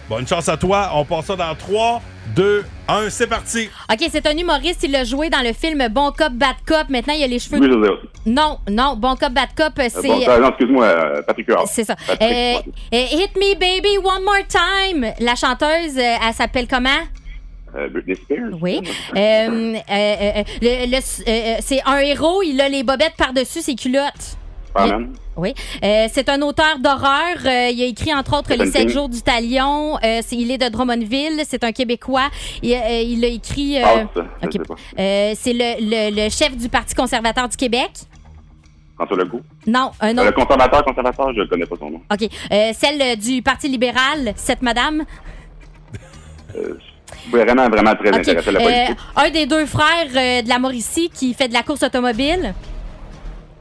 C: Bonne chance à toi. On passe ça dans 3, 2, 1. C'est parti.
H: OK, c'est un humoriste. Il l'a joué dans le film Bon Cop, Bad Cop. Maintenant, il a les cheveux.
L: Oui, je veux dire.
H: Non, non, Bon Cop, Bad Cop,
L: Euh,
H: c'est.
L: bon, euh, non, excuse-moi, euh, Patrick Huard.
H: C'est ça.
L: Patrick,
H: Euh, euh, hit me baby one more time. La chanteuse, euh, elle s'appelle comment?
L: euh, Britney Spears.
H: Oui. Euh, euh, euh, euh, le- le- euh, c'est un héros, il a les bobettes par-dessus ses culottes.
L: Superman.
H: Oui. Euh, c'est un auteur d'horreur. Euh, il a écrit, entre autres, Les
L: Stephen
H: Sept
L: King.
H: Jours du Talion. Euh, c'est- il est de Drummondville. C'est un Québécois. Il, euh, il a écrit. euh,
L: Passe, je
H: ok.
L: sais pas.
H: euh, c'est le, le- le chef du Parti conservateur du Québec.
L: François Legault.
H: Non, un
L: Euh, le
H: autre.
L: conservateur, conservateur, je ne connais pas son nom.
H: OK. Euh, celle du Parti libéral, cette madame.
L: Euh, je suis vraiment, vraiment très
H: Ok.
L: intéressé à la
H: Euh,
L: politique.
H: un des deux frères euh, de la Mauricie qui fait de la course automobile.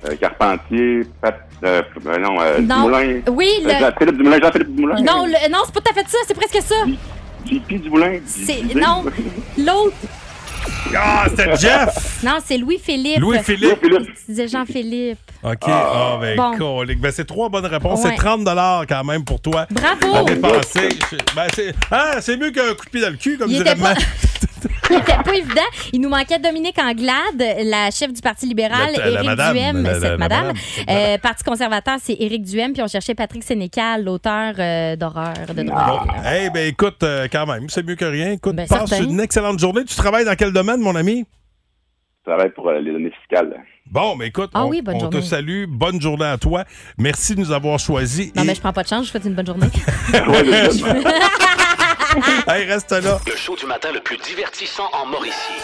L: Euh, Carpentier, Pat, euh, euh, non, euh,
H: Non.
L: Dumoulin.
H: Oui,
L: Euh,
H: le-
L: Jean- Philippe Dumoulin, Jean-Philippe Dumoulin.
H: Non, le- non, c'est pas tout à fait ça, c'est presque ça.
L: JP Dumoulin.
H: C'est
L: J- J-
H: non, l'autre.
C: Ah, c'était Jeff!
H: Non, c'est Louis Philippe.
C: Louis-Philippe.
H: Tu disais Jean-Philippe.
C: OK. Ah, ben,
H: Bon.
C: colique. Ben, c'est trois bonnes réponses.
H: Ouais.
C: C'est 30 quand même pour toi.
H: Bravo!
C: À dépenser. Je- Ben, c'est ah, c'est mieux qu'un coup de pied dans le cul, comme
H: Il
C: dirait
H: était pas-
C: Ma-
H: Il était pas évident. Il nous manquait Dominique Anglade, la chef du Parti libéral,
C: La- la
H: Éric
C: madame,
H: Duhem, Ben,
C: la- la- la
H: cette madame.
C: madame.
H: Euh, Parti conservateur, c'est Éric Duhem, puis on cherchait Patrick Sénécal, l'auteur euh, d'horreur de
R: Ah.
H: Drummondville.
C: Bon. Eh ben, écoute, euh, quand même, c'est mieux que rien. Écoute,
H: Ben,
C: passe
H: certain.
C: une excellente journée. Tu travailles dans quel domaine, mon ami?
L: Je travaille pour euh, les données fiscales.
C: Bon, mais écoute,
H: Ah
C: on,
H: oui, bonne
C: on te
H: journée.
C: salue. Bonne journée à toi. Merci de nous avoir choisis.
H: Non,
C: Et-
H: mais Ben, je prends pas de chance, je vous souhaite une bonne journée.
C: Hey, reste là.
B: Le show du matin le plus divertissant en Mauricie.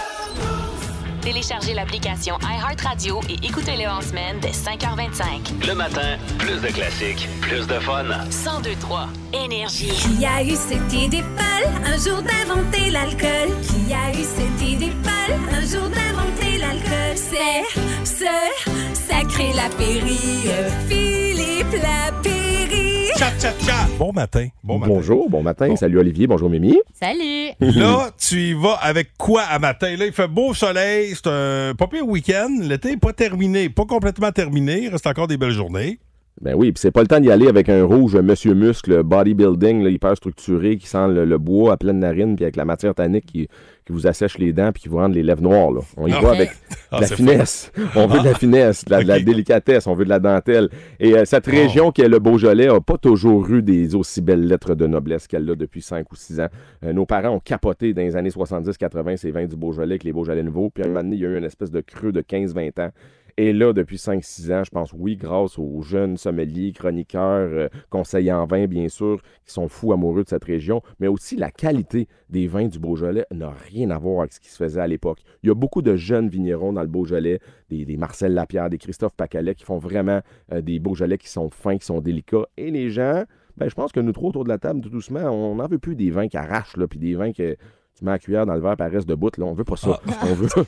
F: Téléchargez l'application iHeartRadio et écoutez-le en semaine dès 5h25.
B: Le matin, plus de classiques, plus de fun.
F: 1023 Énergie.
S: Qui a eu cette idée folle un jour d'inventer l'alcool? Qui a eu cette idée folle un jour d'inventer l'alcool? C'est ce sacré Lapéry, euh, Philippe Lapéry.
C: Bon matin. Bon matin.
R: Bonjour, bon matin. Salut Olivier, bonjour Mimi.
H: Salut!
C: Là, tu y vas avec quoi à matin? Là, il fait beau soleil, c'est un pas pire week-end. L'été n'est pas terminé, pas complètement terminé. Il reste encore des belles journées.
R: Ben oui, puis c'est pas le temps d'y aller avec un rouge Monsieur Muscle bodybuilding là, hyper structuré qui sent le, le bois à pleine narine puis avec la matière tannique qui, qui vous assèche les dents puis qui vous rend les lèvres noires. là. On y
C: Ah.
R: va avec
C: Ah,
R: de la
C: c'est Ah.
R: finesse. On veut de la finesse, de la, de la délicatesse, on veut de la dentelle. Et euh, cette région qui est le Beaujolais n'a pas toujours eu des aussi belles lettres de noblesse qu'elle a depuis 5 ou 6 ans. Euh, nos parents ont capoté dans les années 70-80 ces vins du Beaujolais avec les Beaujolais nouveaux. Puis à un moment donné, il y a eu une espèce de creux de 15-20 ans. Et là, depuis 5-6 ans, je pense, oui, grâce aux jeunes sommeliers, chroniqueurs, euh, conseillers en vin, bien sûr, qui sont fous amoureux de cette région, mais aussi la qualité des vins du Beaujolais n'a rien à voir avec ce qui se faisait à l'époque. Il y a beaucoup de jeunes vignerons dans le Beaujolais, des, des Marcel Lapierre, des Christophe Pacalet, qui font vraiment euh, des Beaujolais qui sont fins, qui sont délicats. Et les gens, ben, je pense que nous trois autour de la table, tout doucement, on n'en veut plus des vins qui arrachent, là, puis des vins que... Tu mets la cuillère dans le verre, puis elle reste debout. Là. On veut pas ça. On, veut,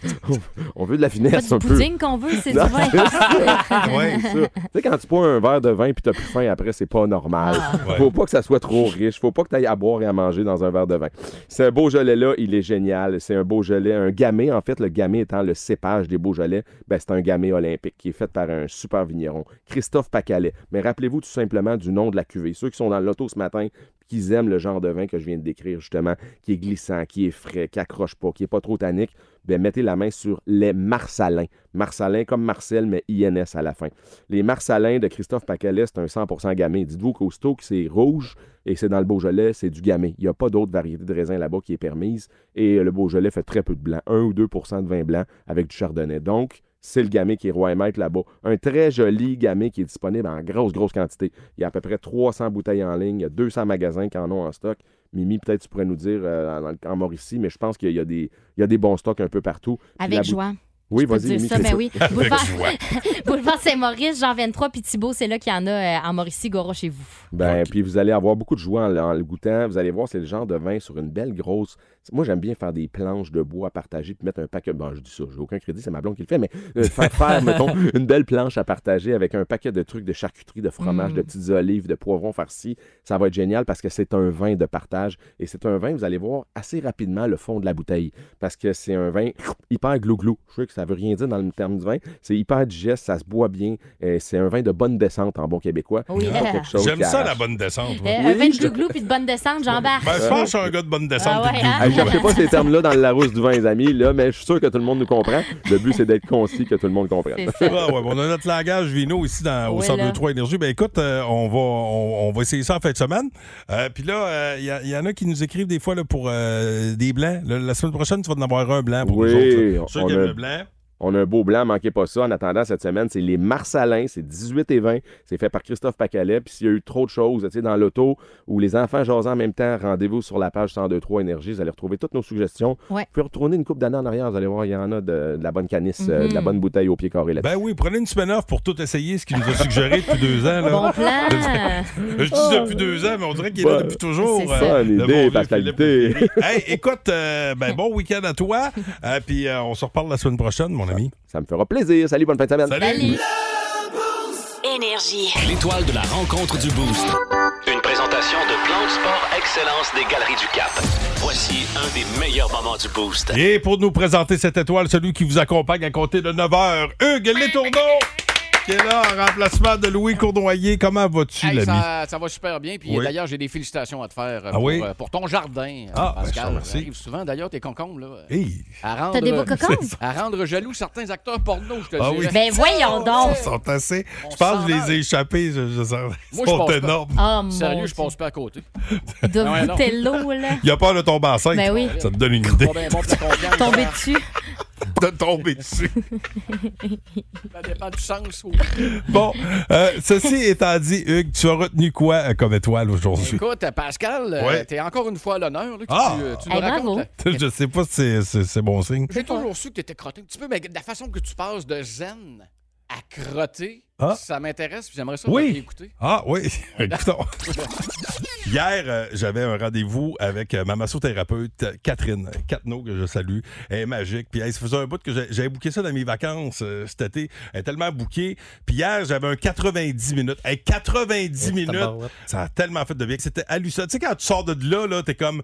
R: on veut de la
H: Ah. Pas
R: finesse
H: du
R: un peu.
H: pudding qu'on veut, c'est du
R: Non,
H: vin.
R: c'est ça. Ouais, c'est ça. Tu sais, quand tu bois un verre de vin puis t'as plus faim après, c'est pas normal. Faut pas que ça soit trop riche. Faut pas que tu ailles à boire et à manger dans un verre de vin. Ce Beaujolais-là, il est génial. C'est un Beaujolais, un gamay. En fait, le gamay étant le cépage des Beaujolais, ben, c'est un gamay olympique qui est fait par un super vigneron, Christophe Pacalet. Mais rappelez-vous tout simplement du nom de la cuvée. Ceux qui sont dans l'auto ce matin, qu'ils aiment le genre de vin que je viens de décrire, justement, qui est glissant, qui est frais, qui accroche pas, qui est pas trop tannique, bien, Ben, mettez la main sur les Marsalins. Marsalins comme Marcel, mais INS à la fin. Les Marsalins de Christophe Pacalet, c'est un 100% gamay. Dites-vous qu'aussitôt que c'est rouge et que c'est dans le Beaujolais, c'est du gamay. Il n'y a pas d'autre variété de raisin là-bas qui est permise. Et euh, le Beaujolais fait très peu de blanc, 1 ou 2 de vin blanc avec du chardonnay. Donc, c'est le gamay qui est roi et maître là-bas. Un très joli gamay qui est disponible en grosse, grosse quantité. Il y a à peu près 300 bouteilles en ligne, il y a 200 magasins qui en ont en stock. Mimi, peut-être tu pourrais nous dire euh, dans le- en Mauricie, mais je pense qu'il y, a des- il y a des bons stocks un peu partout. Puis
H: Avec
R: la bou-
H: joie.
R: Oui,
H: Je peux
R: vas-y,
H: dire
R: Mimi.
H: ça, mais oui. Boulevard, Boulevard Saint-Maurice, Jean 23, puis Thibault, c'est là qu'il y en a euh, en Mauricie, Goro, chez vous.
R: Ben, puis vous allez avoir beaucoup de joie en, le- en le goûtant. Vous allez voir, c'est le genre de vin sur une belle grosse. Moi, j'aime bien faire des planches de bois à partager puis mettre un paquet. Bon, je dis ça, j'ai aucun crédit, c'est ma blonde qui le fait, mais euh, faire, faire, mettons, une belle planche à partager avec un paquet de trucs de charcuterie, de fromage,
C: Mm.
R: de petites olives, de poivrons farcis. Ça va être génial parce que c'est un vin de partage et c'est un vin, vous allez voir assez rapidement le fond de la bouteille parce que c'est un vin hyper glouglou. Je sais que ça veut rien dire dans le terme du vin. C'est hyper digeste, ça se boit bien. et C'est un vin de bonne descente en bon québécois.
H: Oui.
R: Pas Ah. quelque chose
C: J'aime
R: qui
C: ça,
R: arrache. Eh,
C: la bonne descente.
H: Euh,
C: moi.
H: un vin de glouglou puis de bonne descente, j'embarque.
C: Ben, je pense que je suis un gars de bonne descente.
H: Ah
C: puis de
H: ouais, hein?
R: Hey,
C: goût.
R: cherchez pas ces termes-là dans le Larousse du vin, les amis, là, mais je suis sûr que tout le monde nous comprend. Le but, c'est d'être concis, que tout le monde comprenne.
C: Ah ouais, bon, on a notre langage vino ici dans, au
H: Ouais,
C: 1023 Énergie. Ben écoute, euh, on, va, on, on va essayer ça en fin de semaine. Euh, Puis là, il y, en a qui nous écrivent des fois là, pour euh, des blancs. Le- la semaine prochaine, tu vas en avoir un blanc pour nous autres.
R: Oui,
C: là. Ceux
R: on
C: qui aiment
R: a-
C: le blanc.
R: On a un beau blanc, manquez pas ça. En attendant, cette semaine, c'est les Marsalins, c'est 18 et 20. C'est fait par Christophe Pacalet. Puis s'il y a eu trop de choses, tu sais, dans l'auto ou les enfants jasant en même temps, rendez-vous sur la page 1023 Énergie. Vous allez retrouver toutes nos suggestions.
H: Ouais.
R: Vous pouvez retourner une coupe d'années en arrière. Vous allez voir, il y en a de, de la bonne canisse,
H: Mm-hmm.
R: euh, de la
C: Mhm.
R: bonne bouteille au pied carré là
C: Ben oui, prenez une semaine off pour tout essayer, ce qu'il nous a suggéré depuis deux ans. Là.
H: Bon plan.
C: Je dis depuis deux ans, mais on dirait qu'il est là
R: Bonne-
C: depuis toujours.
R: C'est
C: euh,
R: ça. Bonne
C: le
R: idée,
C: vieux
R: Pascal
C: Philippe
R: Guité.
C: Guité. Hey, écoute, euh, ben, bon week-end à toi. Euh, Puis euh, on se reparle la semaine prochaine, mon ami.
R: Ça me fera
C: Ben
R: plaisir. Salut, bonne fin de semaine.
A: Énergie.
B: L'étoile de la rencontre du Boost. Une présentation de Plan de Sport Excellence des Galeries du Cap. Voici un des meilleurs moments du Boost.
C: Et pour nous présenter cette étoile, celui qui vous accompagne à compter de 9h, Hugues Létourneau, qui est là en remplacement de Louis Cournoyer. Comment vas-tu,
T: Hey,
C: l'ami?
T: ça, ça va super bien. Puis
C: Oui.
T: d'ailleurs, j'ai des félicitations à te faire euh,
C: Ah
T: pour,
C: oui?
T: euh, pour ton jardin, euh,
C: Ah, ben, je te
T: Pascal.
C: remercie.
T: ça arrive souvent. D'ailleurs, tes concombres, là. euh,
C: Hey.
T: À rendre,
H: T'as des beaux concombres?
T: euh, À rendre jaloux certains acteurs porno, je te
C: Ah
T: dis.
C: oui.
H: Ben voyons donc.
C: Ils sont assez. Je pense que je les ai échappés. Je, je, ils
T: Moi, je
C: sont
T: pense
C: énormes.
H: Ah, mon
T: Sérieux, je
H: Dieu.
T: passe pas à côté.
H: De
T: Ah ouais, non.
H: Boutello, là.
C: Il a peur de tomber enceinte.
H: Ben oui.
C: Ça te donne une idée.
T: Pas bien bon pour la confiance. hein.
H: Tombé dessus.
C: de tomber dessus.
T: Ça dépend du sens. oui.
C: Bon, euh, ceci étant dit, Hugues, tu as retenu quoi euh, comme étoile aujourd'hui?
T: Écoute, euh, Pascal, euh,
C: Ouais.
T: t'es encore une fois à l'honneur. là, que
C: Ah!
T: Tu, euh, tu nous
H: Hey,
T: racontes,
H: bravo.
T: là.
C: Je sais pas si c'est- c'est c'est bon signe.
T: J'ai toujours su que t'étais crotté un petit peu, mais de la façon que tu passes de zen à crotté,
C: Ah.
T: ça m'intéresse. puis J'aimerais ça
C: Oui.
T: écouter.
C: Ah oui, écoutons. Hier, euh, j'avais un rendez-vous avec euh, ma massothérapeute euh, Catherine euh, Catneau, que je salue. Elle est magique. Puis elle se faisait un bout que j'ai- j'avais booké ça dans mes vacances euh, cet été. Elle est tellement bouquée. Puis hier, j'avais un 90 minutes. Hey, 90 minutes!
I: tabarouette.
C: Ça a tellement fait de bien que c'était hallucinant. Tu sais, quand tu sors de là, là t'es comme.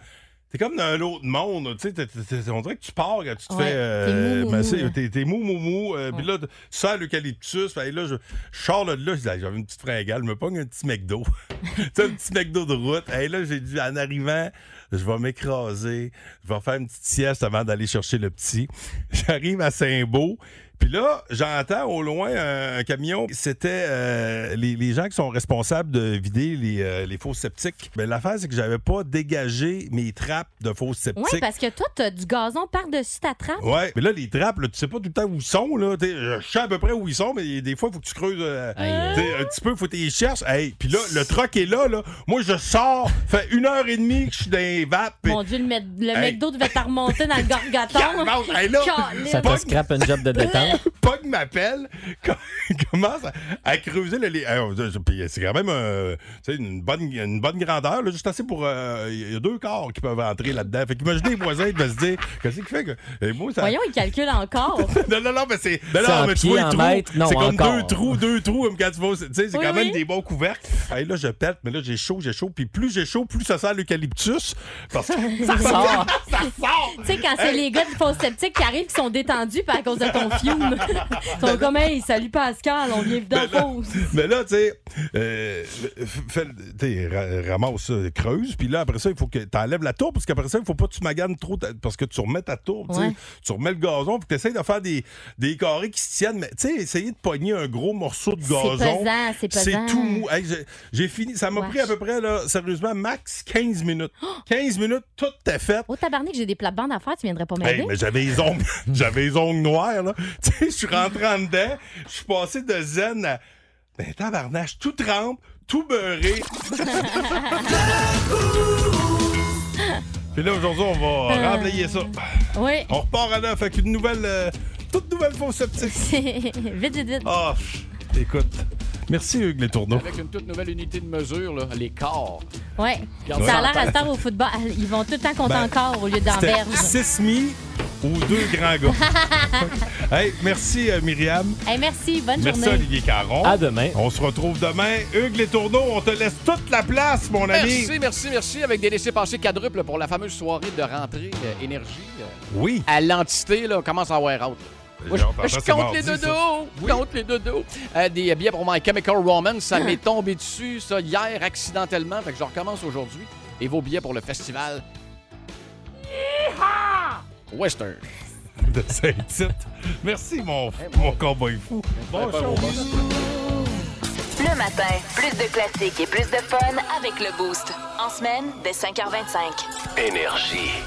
C: T'es comme dans l'autre monde, tu sais, t'es- t'es- t'es- on dirait que tu pars quand tu te
Q: Ouais,
C: fais
Q: t'es mou, mou,
C: masser,
Q: mou, là.
C: t'es- t'es mou, mou, mou, euh, puis là, tu sors l'eucalyptus, puis là, je je sors là, de là, je dis, Ah, j'avais une petite fringale, je me pogne un petit McDo, tu sais, un petit McDo de route, et là, j'ai dit, en arrivant, je vais m'écraser, je vais faire une petite sieste avant d'aller chercher le petit. J'arrive à Saint-Beau, puis là, j'entends au loin un, un camion. C'était euh, les, les gens qui sont responsables de vider les, euh, les fosses septiques. Mais l'affaire, c'est que j'avais pas dégagé mes trappes de fosses septiques.
H: Oui, parce que toi, t'as du gazon par-dessus ta trappe.
C: Ouais, mais là, les trappes, là, tu sais pas tout le temps où ils sont. Là. T'sais, Je sais à peu près où ils sont, mais des fois, il faut que tu creuses euh, t'sais, un petit peu, faut que tu les cherches. Hey, puis là, le truck est là, là. Moi, je sors, fait une heure et demie que je suis dans les vapes. puis-
H: Mon Dieu, le, mec le
C: Hey.
H: McDo devait te remonter dans le gargaton.
C: Calme, hey, là,
H: Caliste.
I: Ça te scrape un job de détente.
C: Pog m'appelle, com- commence à, à creuser le lé- Alors, je- je- puis C'est quand même euh, tu sais, une, bonne, une bonne grandeur, là, juste assez pour. euh, Il y a deux corps qui peuvent entrer là-dedans. Fait qu'imaginez les voisins ils doivent se dire Qu'est-ce qui fait que. Et moi, ça-
H: Voyons, il calcule encore.
C: non, non, non, mais c'est. Non,
I: C'est en
C: non, mais tu
I: pied,
C: vois les
I: en
C: trous.
I: mètre, non,
C: c'est comme
I: encore.
C: deux trous, deux trous, même quand tu vas. au- Tu sais, c'est
H: Oui,
C: quand même
H: oui.
C: des bons couvercles. Hey, là, je pète, mais là, j'ai chaud, j'ai chaud. Puis plus j'ai chaud, plus ça sent l'eucalyptus. Parce que.
H: Ça ressort. Tu sais, quand c'est
C: Hey.
H: les gars du faux sceptique qui arrivent, qui sont détendus par à cause de ton fiume. Ils sont comme, hey, salut Pascal, on vient
C: Mais
H: dans
C: Ben là-
H: fausse.
C: Mais là, tu sais, euh, f- fais le- tu sais, ra- ramasse ça, creuse, puis là, après ça, il faut que tu enlèves la tourbe, parce qu'après ça, il faut pas que tu maganes trop, ta- parce que tu remets ta tourbe, tu sais.
H: Ouais.
C: tu remets le gazon, puis tu essaies de faire des, des carrés qui se tiennent. Mais tu sais, essayer de pogner un gros morceau de gazon.
H: pesant, c'est pesant.
C: tout mou. Hey, j'ai- J'ai fini, ça m'a
H: Wesh.
C: pris à peu près, là, sérieusement, max 15 minutes. 15 minutes, tout est fait.
H: Oh, tabarnak, j'ai des plates-bandes à faire, tu viendrais pas
C: Hey,
H: m'aider?
C: Ben, mais j'avais les ongles, j'avais les ongles noirs, là. Tu sais, je suis rentré en dedans, je suis passé de zen à. Ben, tabarnache, tout trempe, tout beurré. Puis là, aujourd'hui, on va
H: Euh.
C: remblayer ça.
H: Oui.
C: On repart à neuf avec une nouvelle. euh, toute nouvelle fausse sceptique.
H: vite, vite, vite.
C: Ah, pff, écoute. Merci, Hugues Les Tourneaux.
T: Avec une toute nouvelle unité de mesure, là, les corps.
H: Ouais.
T: Garde
H: Ça
T: ça
H: a
T: en
H: l'air à
T: tête.
H: star au football. Ils vont tout le temps compter
C: Ben,
H: en corps au lieu
C: C'était
H: d'enverge.
C: six mi ou deux grands gars. hey, merci, euh, Myriam.
H: Hey, merci, bonne
C: Merci
H: journée.
C: Olivier Caron. À demain. On se retrouve demain. Hugues Les Tourneaux, on te laisse toute la place, mon ami.
T: Merci, merci, merci. Avec des laissés-passer quadruples pour la fameuse soirée de rentrée euh, énergie. euh,
C: Oui.
T: À l'entité, là, on commence à wear out. là. Moi,
Q: J'ai entendu,
T: je, je
Q: c'est
T: compte
Q: mardi,
T: les
Q: ça.
T: dodos. Je compte les dodos. Euh, des billets pour My Chemical Romance, ça m'est tombé dessus, ça, hier, accidentellement. Fait que je recommence aujourd'hui. Et vos billets pour le festival Western.
C: de Saint-Tite. Merci, mon, mon cowboy fou. Bon show.
A: Le matin, plus de classiques et plus de fun avec le Boost. En semaine, dès 5h25.
B: Énergie.